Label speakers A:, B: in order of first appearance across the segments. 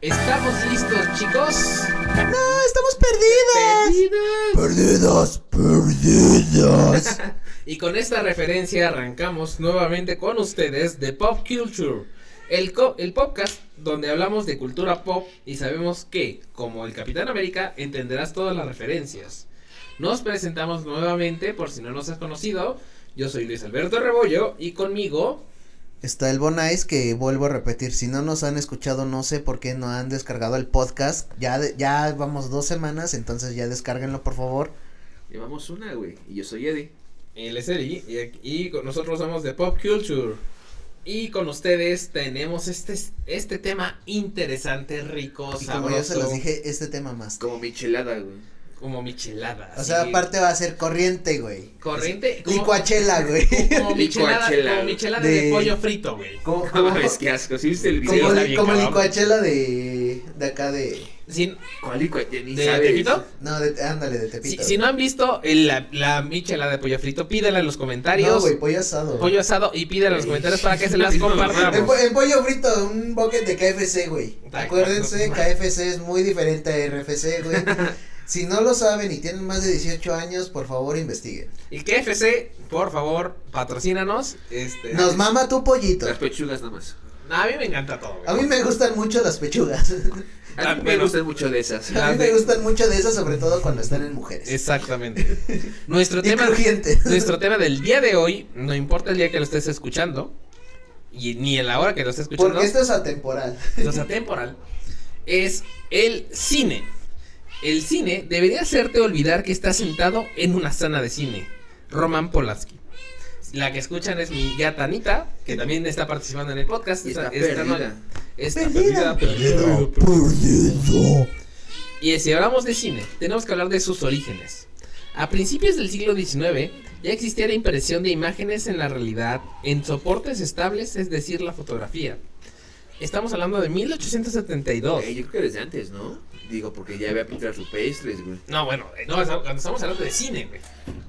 A: ¿Estamos listos, chicos?
B: ¡No, estamos perdidas! Perdidas, perdidas.
A: Y con esta referencia arrancamos nuevamente con ustedes de Pop Culture, el, co- el podcast donde hablamos de cultura pop y sabemos que, como el Capitán América, entenderás todas las referencias. Nos presentamos nuevamente, por si no nos has conocido, yo soy Luis Alberto Rebollo y conmigo...
B: Está el Bonais que vuelvo a repetir, si no nos han escuchado no sé por qué no han descargado el podcast, ya, de- ya vamos dos semanas, entonces ya descárguenlo por favor.
C: Llevamos una, güey. Y yo soy Eddie.
A: Él es Eri y, aquí- y con nosotros somos de Pop Culture. Y con ustedes tenemos este, este tema interesante, rico,
B: Y
A: sabroso.
B: como yo se los dije, este tema más.
C: Como michelada, güey.
A: Como michelada.
B: O sea,
A: así,
B: aparte va a ser corriente, güey.
A: Corriente. como-
B: Licuachela, güey.
A: Como michelada,
C: Licuachela.
A: como michelada de...
B: De-
A: pollo frito, güey.
B: Como,
C: No
B: como,
C: mames, qué asco. ¿Sí viste el video?
B: como,
A: está
B: li-
A: bien
B: como
A: cabrón.
B: licuachela de, de acá de...
A: Si,
C: ¿Cuál y cuál? Ya ni
A: ¿De
C: sabes.
A: Tepito?
B: No, de, ándale, de
A: si,
B: Tepito.
A: si no han visto el- la, la michelada de pollo frito, pídela en los comentarios.
B: no, güey, pollo asado.
A: pollo asado y pídela en los
C: Ey.
A: comentarios para que se las
C: No,
B: En,
A: compartamos.
B: po- en pollo frito, un bucket de KFC, güey.
A: Ay,
B: Acuérdense,
A: no, no.
B: KFC es muy diferente a RFC, güey. si no lo saben y tienen más de 18 años, por favor investiguen.
A: Y KFC, por favor, patrocínanos. Este,
B: Nos mama tu pollito.
C: Las pechugas nada más.
A: A mí me encanta todo, güey.
B: A mí me gustan mucho las pechugas.
C: A mí me
A: Bueno.
C: gustan mucho de esas.
B: A
A: Las
B: mí me
A: de-
B: gustan mucho de esas, sobre todo cuando están en mujeres.
A: Exactamente. Nuestro
B: Y
A: tema.
B: crujientes.
A: Nuestro tema del día de hoy, no importa el día que lo estés escuchando, y ni en la hora que lo estés escuchando,
B: Porque esto es atemporal.
A: o sea, temporal, es el cine. El cine debería hacerte olvidar que estás sentado en una sala de cine. Roman Polanski. La que escuchan es mi gata Anita, que también está participando en el podcast.
C: Y está
A: Esta- esta no-
C: perdida.
A: está perdida,
B: Perdida.
A: perdida, perdida.
B: Perdido.
A: Y si hablamos de cine, tenemos que hablar de sus orígenes. A principios del siglo XIX ya existía la impresión de imágenes en la realidad en soportes estables, es decir, la fotografía. Estamos hablando de 1872.
C: Eh, yo creo que desde antes, ¿no? Digo, porque ya había pinturas rupestres, güey.
A: No, bueno, eh, no, estamos- cuando estamos hablando de cine, güey.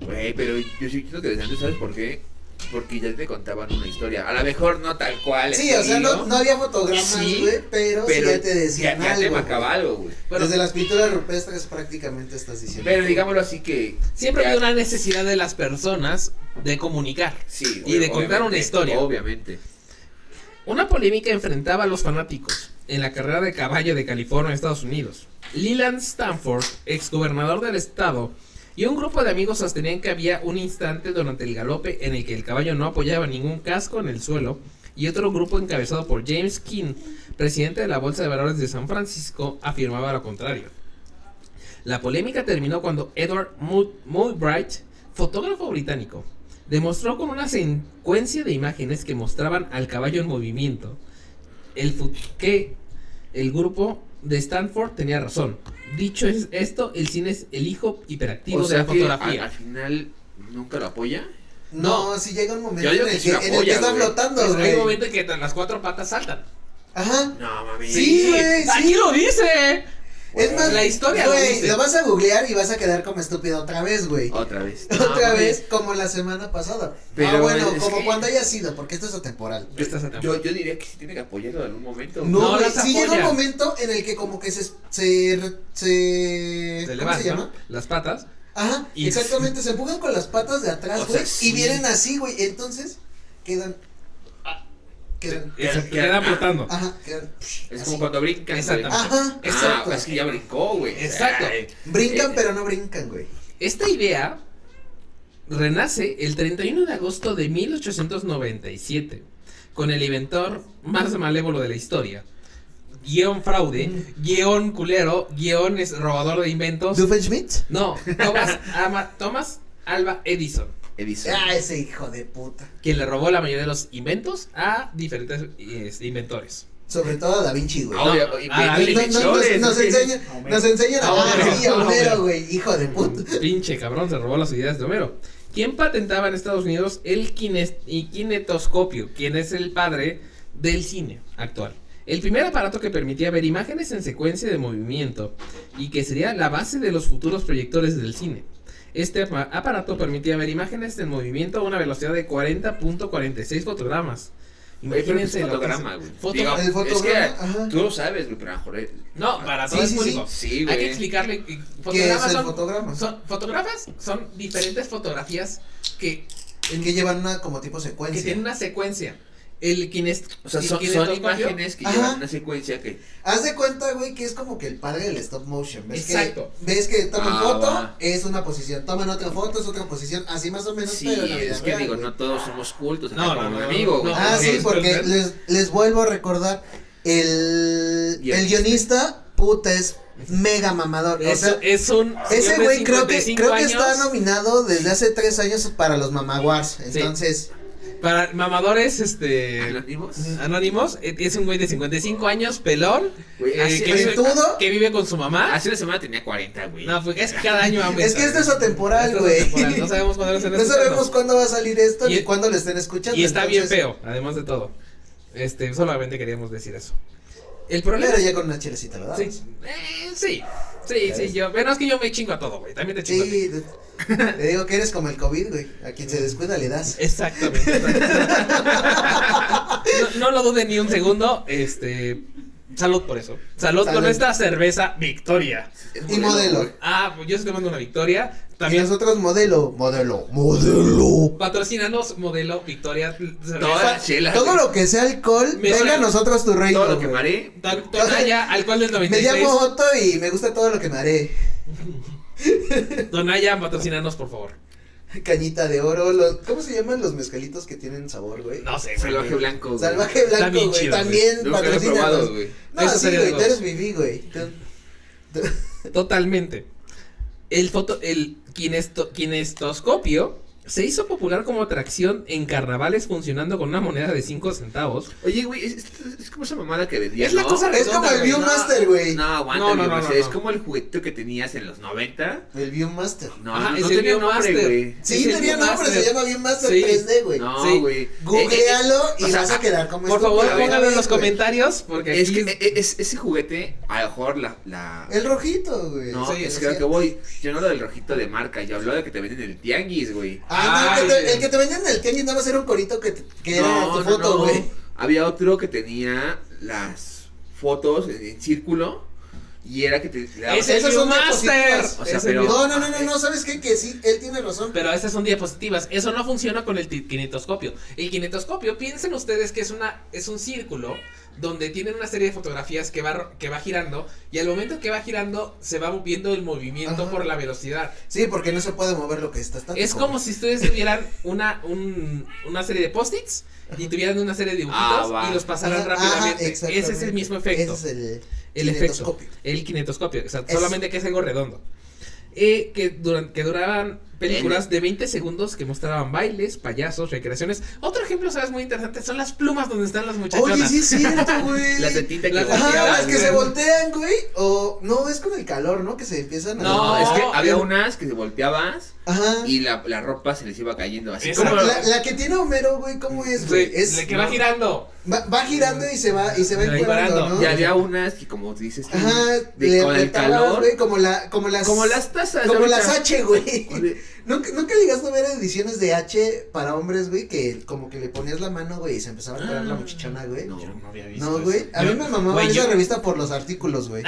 C: Güey, pero yo sí creo que desde antes, ¿sabes por qué? Porque ya te contaban una historia. A lo mejor no tal cual.
B: Sí,
C: este
B: o sea, no,
C: libro,
B: no había fotogramas,
C: Sí,
B: güey, pero, sí
C: pero
B: ya te decían
C: ya, ya
B: algo.
C: te marcaba algo, güey.
A: Bueno,
B: Desde las pinturas rupestres prácticamente estás diciendo.
C: Pero digámoslo así que.
A: siempre
C: ya-
A: había una necesidad de las personas de comunicar.
C: Sí,
A: y de
C: obviamente,
A: contar una historia.
C: Obviamente.
A: Una polémica enfrentaba a los fanáticos en la carrera de caballo de California, Estados Unidos. Leland Stanford, exgobernador del estado, y un grupo de amigos sostenían que había un instante durante el galope en el que el caballo no apoyaba ningún casco en el suelo, y otro grupo encabezado por James King, presidente de la Bolsa de Valores de San Francisco, afirmaba lo contrario. La polémica terminó cuando Edward Mu- Mulbright, fotógrafo británico, demostró con una secuencia de imágenes que mostraban al caballo en movimiento el fu- que el grupo de Stanford tenía razón. Dicho es esto, el cine es el hijo hiperactivo
C: O sea,
A: de la
C: que
A: fotografía.
C: Al, al final nunca lo apoya.
B: No, si llega un momento
C: Yo digo
B: en el que,
C: que sí
B: en
C: la
B: el que
C: apoya,
B: está
C: güey.
B: flotando,
A: Pues hay un
B: güey.
A: momento en que las cuatro patas saltan.
B: Ajá.
C: No, mami.
B: Sí, güey,
A: aquí
B: sí.
A: lo dice.
B: Es más,
A: la historia lo
B: güey,
A: dice.
B: lo vas a googlear y vas a quedar como estúpido otra vez, güey.
C: Otra vez.
B: Otra
A: mames.
B: vez, como la semana pasada.
C: Pero,
B: ah, bueno,
C: es
B: como
C: que-
B: cuando haya sido, porque esto es atemporal.
A: Estás atento.
C: Yo, yo diría que sí tiene que apoyarlo en algún momento.
B: No,
A: No
B: güey,
A: las
B: sí llega un
A: apoya.
B: momento en el que como que se, se, re- se,
A: Se
B: ¿cómo
A: levantan
B: se llama?
A: las patas.
B: Ajá,
A: Y-
B: exactamente, se empujan con las patas de atrás,
C: O
B: güey,
C: sea, sí.
B: y vienen así, güey, entonces quedan,
A: Ah.
B: quedan,
A: y se
C: Ya,
A: quedan
C: ya.
A: flotando.
B: ajá, quedan,
C: Es
B: así.
C: como cuando brincan.
A: Exactamente.
B: ajá,
C: güey. Ah,
B: exacto,
C: es que ya brincó, güey.
A: Exacto.
C: Ay,
B: brincan
C: eh,
B: pero no brincan, güey.
A: Esta idea renace el 31 de agosto de 1897 con el inventor más malévolo de la historia. Guión fraude, guión culero, guión es robador de inventos.
B: ¿Doofenshmirtz?
A: No, Thomas, Ama- Thomas Alba Edison,
C: Edison.
B: Ah, ese hijo de puta.
A: quien le robó la mayoría de los inventos a diferentes este, inventores.
B: Sobre todo a Da Vinci, güey.
C: Ah, obvio,
A: no,
C: y-
A: ah,
C: y-
A: no,
C: y-
B: nos, nos- nos- nos enseña, nos enseñan a
A: Homero.
B: ah, sí, a
A: Homero.
B: Homero, güey, hijo de puta.
A: Pinche cabrón, se robó las ideas de Homero. ¿Quién patentaba en Estados Unidos el kines- y kinetoscopio, quien es el padre del cine actual? El primer aparato que permitía ver imágenes en secuencia de movimiento y que sería la base de los futuros proyectores del cine. Este apa- aparato permitía ver imágenes en movimiento a una velocidad de 40.46 fotogramas
C: Güey, pero pues
A: Imagínense
C: es
A: lo que es-
C: fotograma, güey.
A: Foto-
C: Digo,
B: el
C: es que
B: fotograma, ajá.
C: tú lo sabes, güey, pero a lo mejor es-
A: No, para todo
B: Sí,
A: el
B: sí, sí.
A: público.
C: Sí,
A: Hay que
C: güey.
A: explicarle. que
B: ¿Qué es
A: Fotogramas
B: el
A: son,
B: fotograma?
A: son- Fotógrafas son diferentes fotografías que,
B: En que llevan una como tipo
A: que
B: secuencia.
A: tienen una secuencia. El quines,
C: O sea,
A: el
C: son, son
A: kinetoscopio
C: imágenes que
B: Ajá.
C: llevan una secuencia que.
B: Haz de cuenta, güey, que es como que el padre del stop motion. ¿Ves
A: Exacto.
B: Que, ves que toman
C: Ah,
B: foto,
C: va.
B: es una posición. Toman otra foto, es otra posición. Así más o menos.
C: Sí,
B: pero en la vida
C: es que
B: real,
C: digo,
B: güey.
C: no todos somos cultos.
A: No,
C: No, como
A: no,
C: un
A: no,
C: amigo,
A: no,
C: güey.
A: no.
B: Ah, sí,
A: es
B: porque
A: verdad.
B: les, les vuelvo a recordar. El,
C: Guionista.
B: el guionista, puta, es mega mamador. o
A: Es,
B: sea,
A: es un.
B: ese
A: señor de
B: güey creo que,
A: 55
B: creo que está
A: años.
B: nominado desde hace tres años para los Mamawars. Entonces,
A: Para mamadores este
C: Anónimos.
A: anónimos, eh, es un güey de 55 años, pelón,
C: Güey,
A: eh,
C: hace-
A: que, vive,
B: ¿Peludo?
A: que vive con su mamá.
C: Hace una semana tenía 40, güey.
A: No, pues es que cada año aumenta.
B: es que esto es atemporal,
A: Esto es
B: güey.
A: atemporal, No sabemos cuándo lo estén
B: No
A: escuchando.
B: sabemos cuándo va a salir esto
A: Y- e-
B: ni cuándo lo estén escuchando.
A: Y está bien
B: entonces-
A: feo, además de todo. Este, solamente queríamos decir eso. El problema
B: Pero ya con una chilecita, ¿verdad?
A: Sí, eh, sí, sí, sí, yo. Pero es que yo me chingo a todo, güey. También te chingo. a ti.
B: Sí, te- te digo que eres como el COVID, güey. A quien se descuida le das.
A: Exactamente. no, no lo dude ni un segundo. Este. Salud por eso. Salud,
B: Salud.
A: con esta cerveza Victoria.
C: Es
B: Y modelo.
C: güey.
A: Ah, pues yo estoy tomando una Victoria.
B: Y
A: También
B: nosotros modelo, modelo, modelo.
A: patrocinanos modelo Victoria. cerveza.
C: Todas las chelas.
B: Todo
C: güey.
B: lo que sea alcohol,
A: Me
B: venga a
A: suena-
B: nosotros tu reino.
C: Todo lo que
B: güey.
C: maré.
A: Tan- Tonaya, alcohol del
B: eh. Me
A: 96.
B: llamo Otto y me gusta todo lo que me haré.
A: Tonaya, patrocinanos, por favor.
B: Cañita de oro, los- ¿cómo se llaman los mezcalitos que tienen sabor, güey?
A: No sé, güey.
C: Salvaje blanco. güey.
B: Salvaje
A: Está
B: blanco,
A: bien
B: güey,
A: chido,
B: también
C: Nunca lo he
B: patrocina.
C: probado, güey.
B: No,
A: Eso
B: sí,
A: sería
B: güey,
A: de
B: tú eres
A: dos.
B: mi vi, güey. Tú-
A: Totalmente. El foto, el kinesto- kinestoscopio se hizo popular como atracción en carnavales funcionando con una moneda de 5 centavos.
C: Oye, güey, es, es- es como esa mamada que vendía.
A: Es la
C: ¿no?
A: cosa
B: Es como el
A: güey,
B: Viewmaster, güey.
C: No, aguanta,
A: No, no,
C: güey,
A: no,
C: o sea,
A: no,
C: Es
A: no.
C: como el juguete que tenías en los 90.
B: El Viewmaster.
C: No,
A: Ajá,
C: no,
A: es
C: no
A: el
C: tenía nombre,
A: Viewmaster.
C: güey.
A: Es
B: Sí,
A: el
B: tenía nombre,
A: Viewmaster.
B: se llama Viewmaster
A: Sí.
B: 3D, güey.
C: No,
A: Sí.
C: güey. Eh, eh,
B: Googlealo y
C: o sea,
B: vas a quedar como
A: Por favor,
B: estúpido,
A: pónganlo en
B: güey,
A: los
B: güey.
A: comentarios porque
C: Es
A: aquí
C: que eh, es- ese juguete, a lo mejor la. la...
B: El rojito, güey.
C: No,
B: Sí,
C: es
B: sí,
C: que a lo
B: sí.
C: que voy. Yo no hablo del rojito de marca, yo hablo de que te venden en el tianguis, güey.
B: Ah, no, el que
A: Ay,
B: te- el que te vendían en el tianguis nada más era un corito que, te- que era tu foto, güey.
C: Había otro que tenía las fotos en, en círculo y era que te. le dabas-
A: ese es
B: Esas
A: el
B: son
A: master.
B: diapositivas.
C: O sea,
A: Ese
C: pero-
A: Viewmaster.
B: No, no, no, no, no, ¿sabes qué? Que sí, él tiene razón.
A: Pero estas son diapositivas. Eso no funciona con el ti- kinetoscopio. El kinetoscopio, piensen ustedes que es una es un círculo donde tienen una serie de fotografías que va ro- que va girando y al momento que va girando se va moviendo el movimiento
B: Ajá.
A: por la velocidad.
B: Sí, porque no se puede mover lo que está estático. pues.
A: Es como si ustedes tuvieran una un- una serie de post-its y tuvieran una serie de dibujitos
C: Ah, va.
A: y los pasaran
B: Ajá,
A: rápidamente.
B: ajá,
A: Ese es el mismo efecto.
B: Ese es el,
A: el efecto.
B: kinetoscopio.
A: El kinetoscopio, o sea,
B: Es-
A: solamente que es algo redondo. Eh, que, duran, que duraban películas de 20 segundos que mostraban bailes, payasos, recreaciones. Otro ejemplo, ¿sabes? Muy interesante, son las plumas donde están las muchachonas.
B: Oye, sí es cierto, güey.
C: La tetita que
A: La-
C: volteaba,
B: Ajá, las que
C: güey.
B: se voltean, güey. O no, es con el calor, ¿no? Que se empiezan a.
A: No,
C: No, es que
A: No,
C: había
A: el-
C: unas que te volteabas
B: Ajá.
C: y la, la ropa se les iba cayendo. Así
A: Exacto.
C: como.
B: La, la que tiene Homero, güey, ¿cómo es, güey?
A: Sí,
B: es
A: la que va girando.
B: va, va girando y se va y se va
A: Ahí
B: encuadrando,
A: parando.
B: ¿no?
C: Y había unas que, como dices, tú,
B: Ajá,
C: de-
B: le
C: con el
B: apretabas,
C: calor.
B: güey, como la como las
C: Como las tazas.
B: como
C: ahorita.
B: las H, güey.
C: Oye,
B: ¿Nunca, nunca llegaste a ver ediciones de H para hombres, güey, que como que le ponías la mano, güey, y se empezaba a parar la muchichona, güey.
C: No.
A: Ah. no había
B: No, güey. A mí me mamaba
A: Güey,
B: esa
A: yo- Ah,
B: revista por los artículos, güey.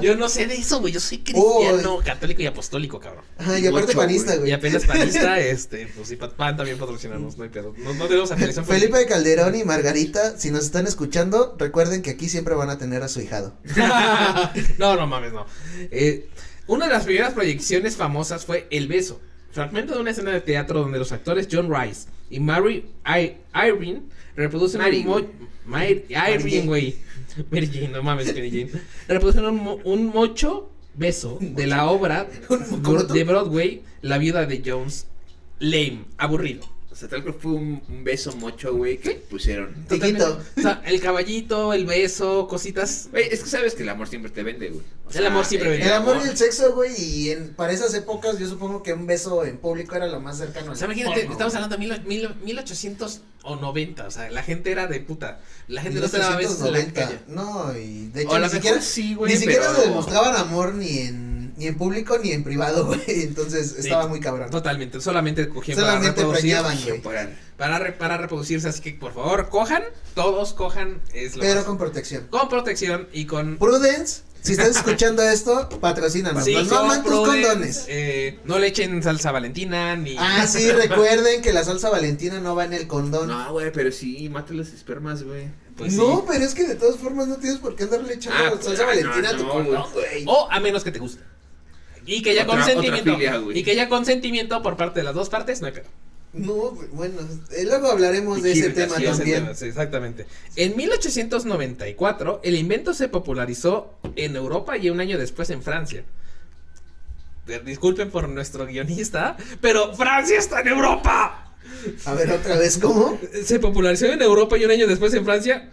A: Yo no sé de eso, güey. Yo soy cristiano,
B: Uy.
A: católico y apostólico, cabrón.
B: Ajá, y aparte
C: Mucho,
B: panista,
A: Y
B: güey.
A: apenas panista, este, pues y pa- pan también patrocinamos, no hay pedo. No, no tenemos afiliación política.
B: Felipe Calderón y Margarita, si nos están escuchando, recuerden que aquí siempre van a tener a su hijado.
A: no, no mames, no. Eh, una de las primeras proyecciones famosas fue El Beso, fragmento de una escena de teatro donde los actores John Rice y Mary I- Irene reproducen
C: Mary,
A: un mo-
C: güey.
A: Mary-
B: Mary
A: Irene,
B: Jane.
A: güey. Mary Jane, no mames, Mary Jane. Reproducen un, mo- un mocho beso de la obra
B: Un mocoto.
A: de Broadway, La viuda de Jones. Lame, aburrido.
C: O sea, tal vez fue un, un beso mocho, güey, que pusieron.
B: Tiquito.
A: Totalmente. O sea, el caballito, el beso, cositas
C: Güey, es que sabes que el amor siempre te vende, güey. O eh,
A: El amor siempre vende.
B: El amor y el sexo, güey, y en, para esas épocas yo supongo que un beso en público era lo más cercano.
A: O
B: al
A: sea, imagínate,
B: porno,
A: estamos hablando de mil, mil, 1800 o 90, o sea, la gente era de puta. La gente no se daba besos en la
B: 1890.
A: calle.
B: No, y de
C: O
B: hecho
C: a lo
B: ni
C: mejor
B: siquiera,
C: sí, güey,
B: ni siquiera
C: pero-
B: se demostraban amor ni en ni en público ni en privado, güey. Entonces estaba
A: Sí.
B: muy cabrón.
A: Totalmente, solamente cogían
B: Solamente
A: para reproducir.
B: preñaban, güey.
C: Temporal.
A: Para, re- para reproducirse, así que por favor, cojan, todos cojan, es lo
B: Pero
A: más-
B: con protección.
A: con protección y con
B: Prudence, si estás escuchando esto, patrocínanos.
A: Sí,
B: Nos
A: con
B: maman tus
A: prudence,
B: condones.
A: eh, no le echen salsa valentina ni
B: Ah, sí, recuerden que la salsa valentina no va en el condón. No,
C: No, güey, pero sí, mata las espermas, güey.
A: Pues sí.
B: pero es que de todas formas no tienes por qué andarle echando
C: Ah, pues,
B: salsa
C: ah,
B: valentina
C: no,
B: a tu
C: no,
B: condón, güey.
A: O a menos que te guste. Y que ya
C: Otra-
A: consentimiento.
C: otra filia, güey.
A: y que ya consentimiento por parte de las dos partes, no hay pedo.
B: No, güey, bueno, eh, luego hablaremos de ese tema
C: Irritación,
A: Ese
B: también.
A: tema, sí, exactamente. En 1894, el invento se popularizó en Europa y un año después en Francia. Eh, Disculpen por nuestro guionista, pero Francia está en Europa.
B: A ver, otra vez, ¿cómo?
A: Se popularizó en Europa y un año después en Francia.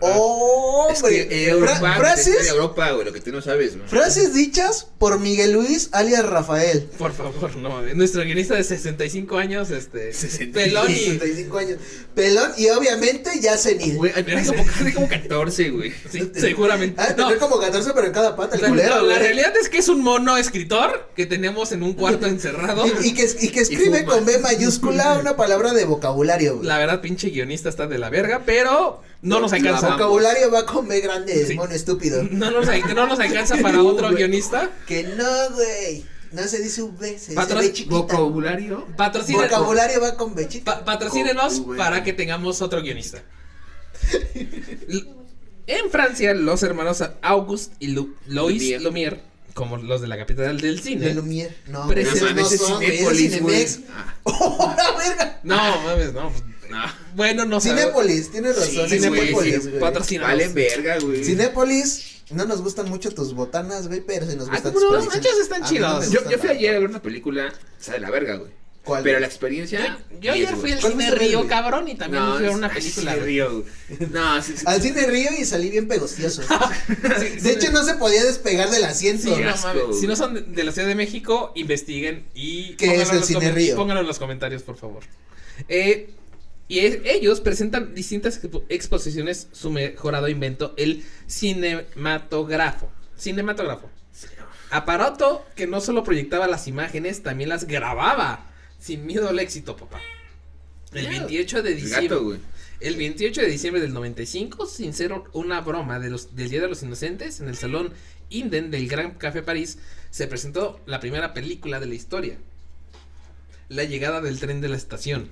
B: ¡Oh,
C: Ah, Es
B: hombre!
C: que
B: Fra-
C: Europa, pues, está en
B: frases,
C: Europa, güey, lo que tú no sabes, ¿no?
B: frases dichas por Miguel Luis alias Rafael.
A: Por favor, no mames. Nuestro guionista de 65 años, este.
C: 65.
A: Pelón y.
B: 65 años. Pelón y obviamente ya senil.
C: Güey, ay, tiene como, tiene como 14, güey.
A: sí, seguramente.
B: Ah,
A: No,
B: tener como 14 pero en cada pata, el
A: La,
B: culero,
A: la- la
B: güey.
A: realidad es que es un mono escritor que tenemos en un cuarto encerrado.
B: Y, y que, y que escribe
C: fuma.
B: con B mayúscula una palabra de vocabulario, güey.
A: La verdad, pinche guionista está de la verga, pero no nos
C: La
A: alcanza.
C: boca-
B: vocabulario va con B grande,
A: Sí.
B: mono estúpido.
A: No nos, al- no nos alcanza para otro
C: Güey.
A: guionista.
B: Que no, güey. No se dice un B, se dice
A: Patrón-
B: B chiquita.
C: Vocabulario.
A: Patrocinen-
B: Vocabulario va con B chiquita.
A: pa- patrocínenos
C: Güey.
A: para que tengamos otro guionista. L- En Francia, los hermanos August y Lu- Lois
C: Lumière.
A: Lumière. como los de la capital del cine.
B: De Lumier. No,
A: Pero
B: esos
C: No mames, ese es
B: son, güey, ese es
C: Cinépolis, güey.
B: Cinemex.
C: Ah,
B: ¡Oh, la verga!
A: No, mames, no. pues,
C: no.
A: Bueno, no sé.
B: Cinépolis, tienes
C: Sí,
B: razón.
C: güey,
B: Cinépolis,
C: sí,
B: güey.
A: patrocínanos.
C: Valen verga, güey.
B: Cinépolis, no nos gustan mucho tus botanas, güey, pero sí nos
A: Ah, ¿cómo
B: gustan tus
A: no?
B: producciones.
A: Anchas están
B: A mí
A: chidas.
B: me
C: Yo,
B: gustan
C: yo fui
B: tanto.
C: ayer a ver una película, o sea, de la verga, güey.
B: ¿Cuál?
C: Pero la experiencia.
A: Yo, yo ayer fui al
B: ¿Cuál
A: cine
B: fuiste a ver,
A: Río,
B: güey?
A: cabrón, y también fui a ver una película.
C: de
A: güey.
C: Río. No, sí, sí.
B: Al cine Río y salí bien pegostioso.
A: Sí, sí,
B: De hecho, no se podía despegar del
A: Sí,
B: asiento.
A: no
C: asco,
A: mames.
C: güey.
A: Si no son de- de la Ciudad de México, investiguen y
B: ¿Qué
A: pónganlo
B: es
A: en
B: el
A: los
B: Cine
A: comen-
B: Río?
A: Pónganlo en los comentarios, por favor. Eh, y es- ellos presentan distintas expo- exposiciones su mejorado invento, el cinematógrafo. Cinematógrafo. Aparato que no solo proyectaba las imágenes, también las grababa. Sin miedo al éxito, papá. El
C: Claro.
A: 28 de
C: El
A: diciembre.
C: gato, güey.
A: El 28 de diciembre del 95, sin ser una broma de los, del Día de los Inocentes, en el Salón Inden del Gran Café París, se presentó la primera película de la historia, La llegada del tren de la estación,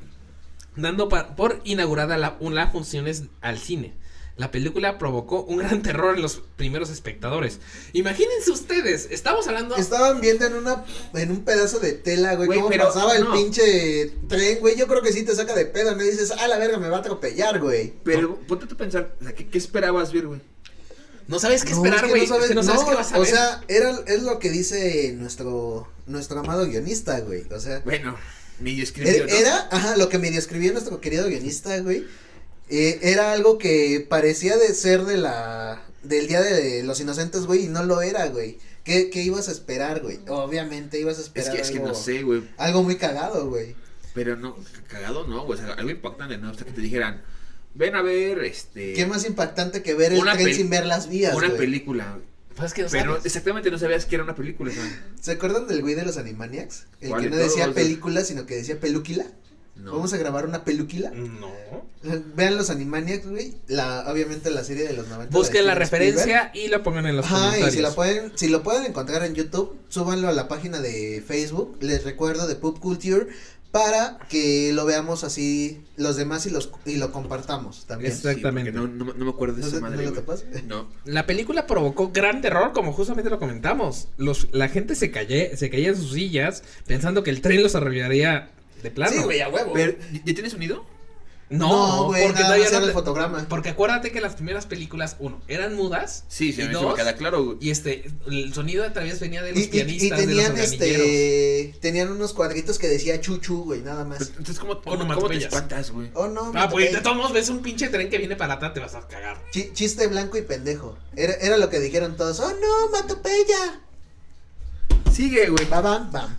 A: dando pa- por inaugurada la, una funciones al cine. La película provocó un gran terror en los primeros espectadores. Imagínense ustedes, estamos hablando...
B: Estaban viendo en una en un pedazo de tela, güey,
C: Güey,
B: cómo
C: pero
B: pasaba el
C: no.
B: pinche tren, güey. Yo creo que sí te saca de pedo, no dices, "Ah, la verga, me va a atropellar, güey."
C: Pero ponte tú a pensar, o sea, ¿qué, qué esperabas ver, güey?
A: No sabes qué
B: No,
A: esperar, güey.
B: es que no
A: es que no sabes
B: no,
A: qué vas a
B: O
A: ver.
B: sea, era es lo que dice nuestro nuestro amado guionista, güey. O sea,
C: Bueno, ni yo escribió,
B: Era,
C: ¿no?
B: era- ajá, lo que medio escribió nuestro querido guionista, güey. eh, era algo que parecía de ser de la del día de los inocentes, güey, y no lo era, güey. ¿Qué, qué ibas a esperar, güey? Obviamente ibas a
C: Es
B: esperar
C: que, es que
B: algo,
C: no sé, güey.
B: algo muy cagado, güey.
C: Pero no, c- cagado no, güey. O sea, algo impactante, ¿no? O sea, que te dijeran, ven a ver, este.
B: Qué más impactante que ver el
C: Una
B: tren
C: pel-
B: sin ver las vías,
C: Una
B: güey.
C: película.
A: Pues es que no
C: Pero
A: sabes.
C: exactamente no sabías que era una película, güey.
B: ¿Se acuerdan del güey de los Animaniacs? El
C: ¿Cuál
B: que
C: de
B: no decía
C: todos?
B: película, sino que decía pelúquila.
C: No. Mm.
B: Vamos a grabar una pelúquila.
A: No.
B: Vean los Animaniacs, güey. La, obviamente la serie de los 90. de
A: Busquen la
B: Steven Spielberg.
A: referencia y la pongan en los
B: Ajá, y
A: comentarios.
B: si, la pueden, si lo pueden encontrar en YouTube, súbanlo a la página de Facebook, les recuerdo, de Pop Culture, para que lo veamos así los demás y, los, y lo compartamos también.
A: Exacto. Exactamente.
C: Sí, porque no, no, no me acuerdo de
B: ¿No
C: esa
B: te- no
C: madre.
B: lo
C: güey.
B: tapas?
C: No.
A: La película provocó gran terror, como justamente lo comentamos. Los, la gente se, callé, se caía en sus sillas pensando que el tren los arrollaría de plano.
B: Sí, güey, a huevo.
C: Pero, ¿ya- ¿ya tienes unido?
A: No,
B: no, güey,
A: porque
B: nada
A: todavía
B: más era
A: no
B: el
A: te-
B: fotograma.
A: Porque acuérdate que las primeras películas, uno, eran mudas.
C: Sí, sí,
A: y
C: me
A: dos,
C: hizo queda claro, güey.
A: y este, el sonido a través venía de
B: Y,
A: los
B: y- y
A: pianistas,
B: tenían
A: de los organilleros.
B: este tenían unos cuadritos que decía chuchu, güey, nada
C: Pero,
B: más.
C: Entonces, ¿cómo, cómo,
A: Onomatopeyas.
C: cómo te espantas, güey?
B: Oh no,
A: Ah,
B: me
A: pues
B: topé.
A: de todos modos ves un pinche tren que viene para atrás, te vas a cagar.
B: Chi- chiste blanco y pendejo. Era, era lo que dijeron todos. Oh no, Matopeya. Oh.
C: Sigue, güey.
B: Bam, bam, bam.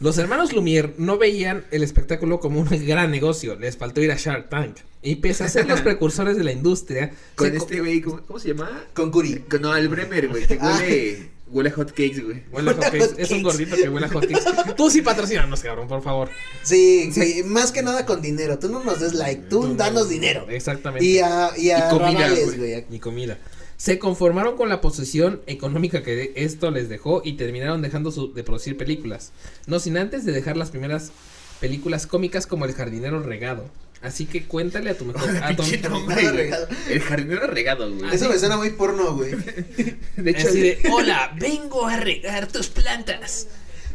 A: Los hermanos Lumière no veían el espectáculo como un gran negocio, les faltó ir a Shark Tank. Y pese a ser los precursores de la industria,
C: Con
A: se co-
C: este güey, este ¿cómo, cómo se llama?
B: Con Curi.
C: Con- No, el Bremer, güey, que
B: Ah,
C: huele. Huele a hot cakes, güey.
A: Huele a hotcakes. Es un
B: hotcakes.
A: gordito que huele a hotcakes. Tú sí patrocínanos, cabrón, por favor.
B: Sí, güey, más que nada con dinero. Tú no nos des like, tú, danos dinero.
A: Exactamente.
B: Y a, y a
C: Y comida,
B: Ramales,
C: güey.
B: güey.
A: ni comida. Se conformaron con la posición económica que de- esto les dejó y terminaron dejando su- de producir películas. No sin antes de dejar las primeras películas cómicas como El jardinero regado. Así que cuéntale a tu mejor... a tu-
C: Pinche nombre,
B: Nada
C: güey.
B: regado.
C: El jardinero regado, güey.
B: Eso me suena muy porno, güey.
C: De hecho,
A: así de, hola, vengo a regar tus plantas.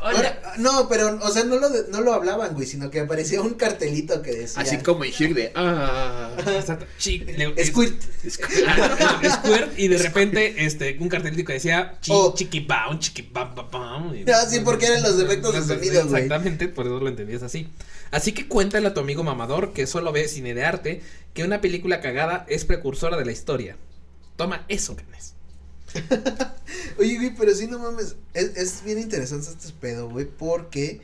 A: Hola.
B: Ahora, no, pero, o sea, no lo, de- no lo hablaban, güey, sino que aparecía un cartelito que decía.
C: así como en Shrek de. Ah,
A: Exacto. Sí, le- es-
B: Squirt.
C: es-
A: Ah, es- Squirt, y de repente este un cartelito que decía chi,
B: Oh.
A: chiquipam, chiquipam, pam, pam, y-
B: Ah, sí, porque eran los efectos de
A: Los-
B: sonido, güey.
A: Exactamente, por eso lo entendías así. Así que cuéntale a tu amigo mamador que solo ve cine de arte que una película cagada es precursora de la historia. Toma eso, Canes.
B: Oye, güey, pero sí, no mames. Es, es bien interesante este pedo, güey, porque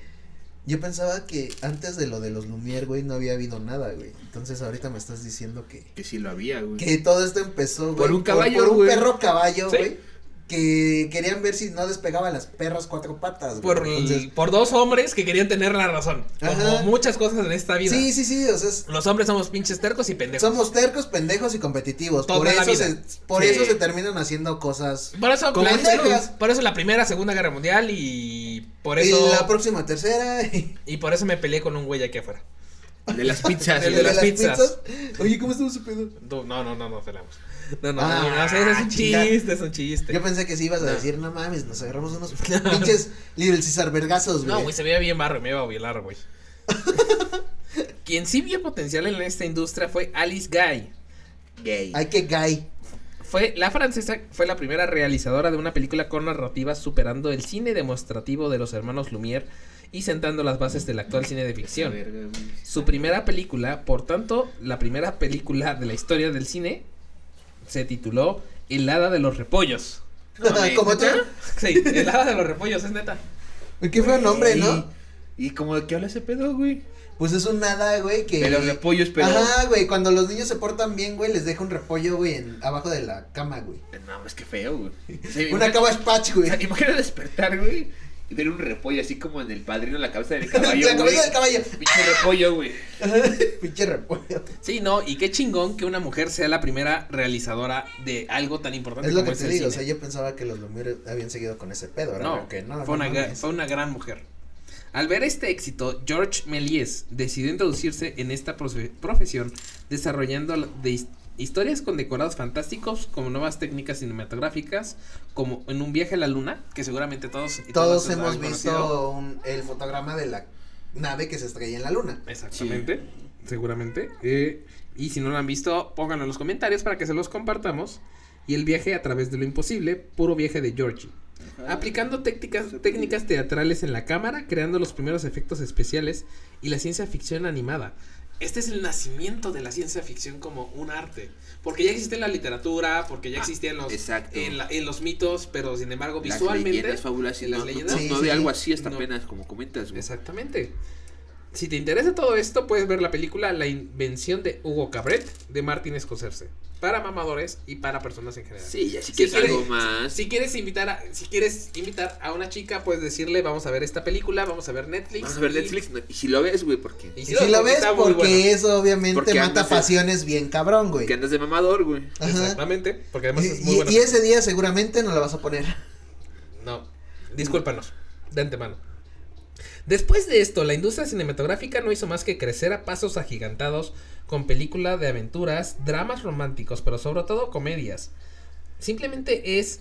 B: yo pensaba que antes de lo de los Lumière, güey, no había habido nada, güey. Entonces ahorita me estás diciendo que,
C: Que sí lo había, güey.
B: que todo esto empezó, güey.
C: Por un caballo,
B: Por, un
C: güey.
B: perro caballo,
A: Sí.
B: güey. Que querían ver si no despegaba las perras cuatro patas, güey.
A: Por,
B: Entonces,
A: por dos hombres que querían tener la razón. Como
B: Ajá.
A: muchas cosas en esta vida.
B: Sí, sí, sí, o sea, es-
A: Los hombres somos pinches tercos y pendejos.
B: somos tercos, pendejos y competitivos.
A: Toda
B: Por
A: la
B: eso,
A: vida.
B: se, por
A: Sí.
B: eso se terminan haciendo cosas.
A: Por eso,
B: Como
A: la-
B: Texas.
A: por eso la primera, segunda guerra mundial y por
B: Y
A: eso
B: la próxima tercera. y-
A: y por eso me peleé con un güey aquí afuera.
C: El de las pizzas.
A: El
C: güey.
A: de las pizzas.
B: Oye, ¿cómo estuvo su pedo?
A: No, no, no, no, no, pelamos. No, no,
B: Ah,
A: no, no, ese es un
B: chinga.
A: chiste, es un chiste.
B: Yo pensé que sí ibas a
A: No.
B: decir, no mames, nos agarramos unos pinches Little César Vergazos,
A: No,
B: güey.
A: güey, se veía bien barro y me iba a violar, güey. Quien sí vio potencial en esta industria fue Alice Guy.
C: Gay.
B: Ay, qué gay.
A: Fue, la francesa fue la primera realizadora de una película con narrativa superando el cine demostrativo de los hermanos Lumière y sentando las bases del actual cine de
C: A
A: ficción.
C: ver, güey.
A: Su primera película, por tanto, la primera película de la historia del cine, se tituló El Hada de los Repollos.
C: No mames,
B: ¿Cómo tú?
C: ¿neta?
A: Sí, El Hada de los Repollos, es neta.
B: Uy, Qué feo nombre, ¿no?
C: ¿Y y como de qué habla ese pedo, güey?
B: Pues es un nada, güey, que.
C: De los repollos, pero.
B: Ajá, güey, cuando los niños se portan bien, güey, les deja un repollo, güey, en- abajo de la cama, güey.
C: No, es que feo, güey. O sea,
B: Una
C: imagínate-
B: cama spatch,
C: o
B: güey.
C: sea, imagina despertar, güey. Y ver un repollo así como en el padrino, la cabeza del caballo.
B: La
C: güey.
B: cabeza del caballo.
C: Pinche repollo, güey.
B: Pinche repollo.
A: Sí, no, y qué chingón que una mujer sea la primera realizadora de algo tan importante
B: Es lo
A: como
B: que
A: es
B: te
A: el
B: digo, o sea,
A: cine.
B: yo pensaba que los Lumière habían seguido con ese pedo, ¿verdad?
A: no,
B: que no,
A: fue,
B: no
A: una, gra-
B: mames.
A: fue una gran mujer. Al ver este éxito, George Méliès decidió introducirse en esta profe- profesión desarrollando la- de his- historias con decorados fantásticos como nuevas técnicas cinematográficas, como en un viaje a la luna, que seguramente todos y todas
B: Todos
A: los
B: hemos
A: han conocido.
B: visto un- el fotograma de la nave que se estrella en la luna.
A: Exactamente, seguramente. eh, y si no lo han visto, pónganlo en los comentarios para que se los compartamos. Y el viaje a través de lo imposible, puro viaje de Georgie. Aplicando técnicas, técnicas teatrales en la cámara, creando los primeros efectos especiales y la ciencia ficción animada. Este es el nacimiento de la ciencia ficción como un arte. Porque ya existía en la literatura, porque ya
C: Ah,
A: existían los,
C: Exacto.
A: en, la- en los mitos, pero sin embargo
C: Las
A: visualmente...
C: leyendas, fábulas y
A: las
C: no- no-
A: leyendas.
C: No,
B: Sí,
C: no
B: sí,
C: había
B: sí.
C: algo así hasta
A: No.
C: apenas, como comentas, güey.
A: Exactamente. Si te interesa todo esto, puedes ver la película La invención de Hugo Cabret de Martin Scorsese. Para mamadores y para personas en general.
C: Sí, ya si
A: Si
C: quieres
A: quieres-
C: algo más.
A: Si quieres invitar a, si quieres invitar a una chica, puedes decirle, vamos a ver esta película, vamos a ver Netflix.
C: Vamos a ver
A: y-
C: Netflix. no, Y si lo ves, güey, porque.
A: Y
B: Y
A: sí,
B: si lo ves,
A: está muy
B: porque
A: bueno.
B: eso obviamente
C: Porque
B: mata
C: andas de-
B: pasiones bien cabrón, güey.
C: Que andas de mamador, güey.
B: Ajá.
A: Exactamente, porque además es
B: Y,
A: muy
B: y-
A: bueno.
B: y ese día seguramente no la vas a poner.
A: No, discúlpanos, de antemano. Después de esto, la industria cinematográfica no hizo más que crecer a pasos agigantados con películas de aventuras, dramas románticos, pero sobre todo comedias. Simplemente es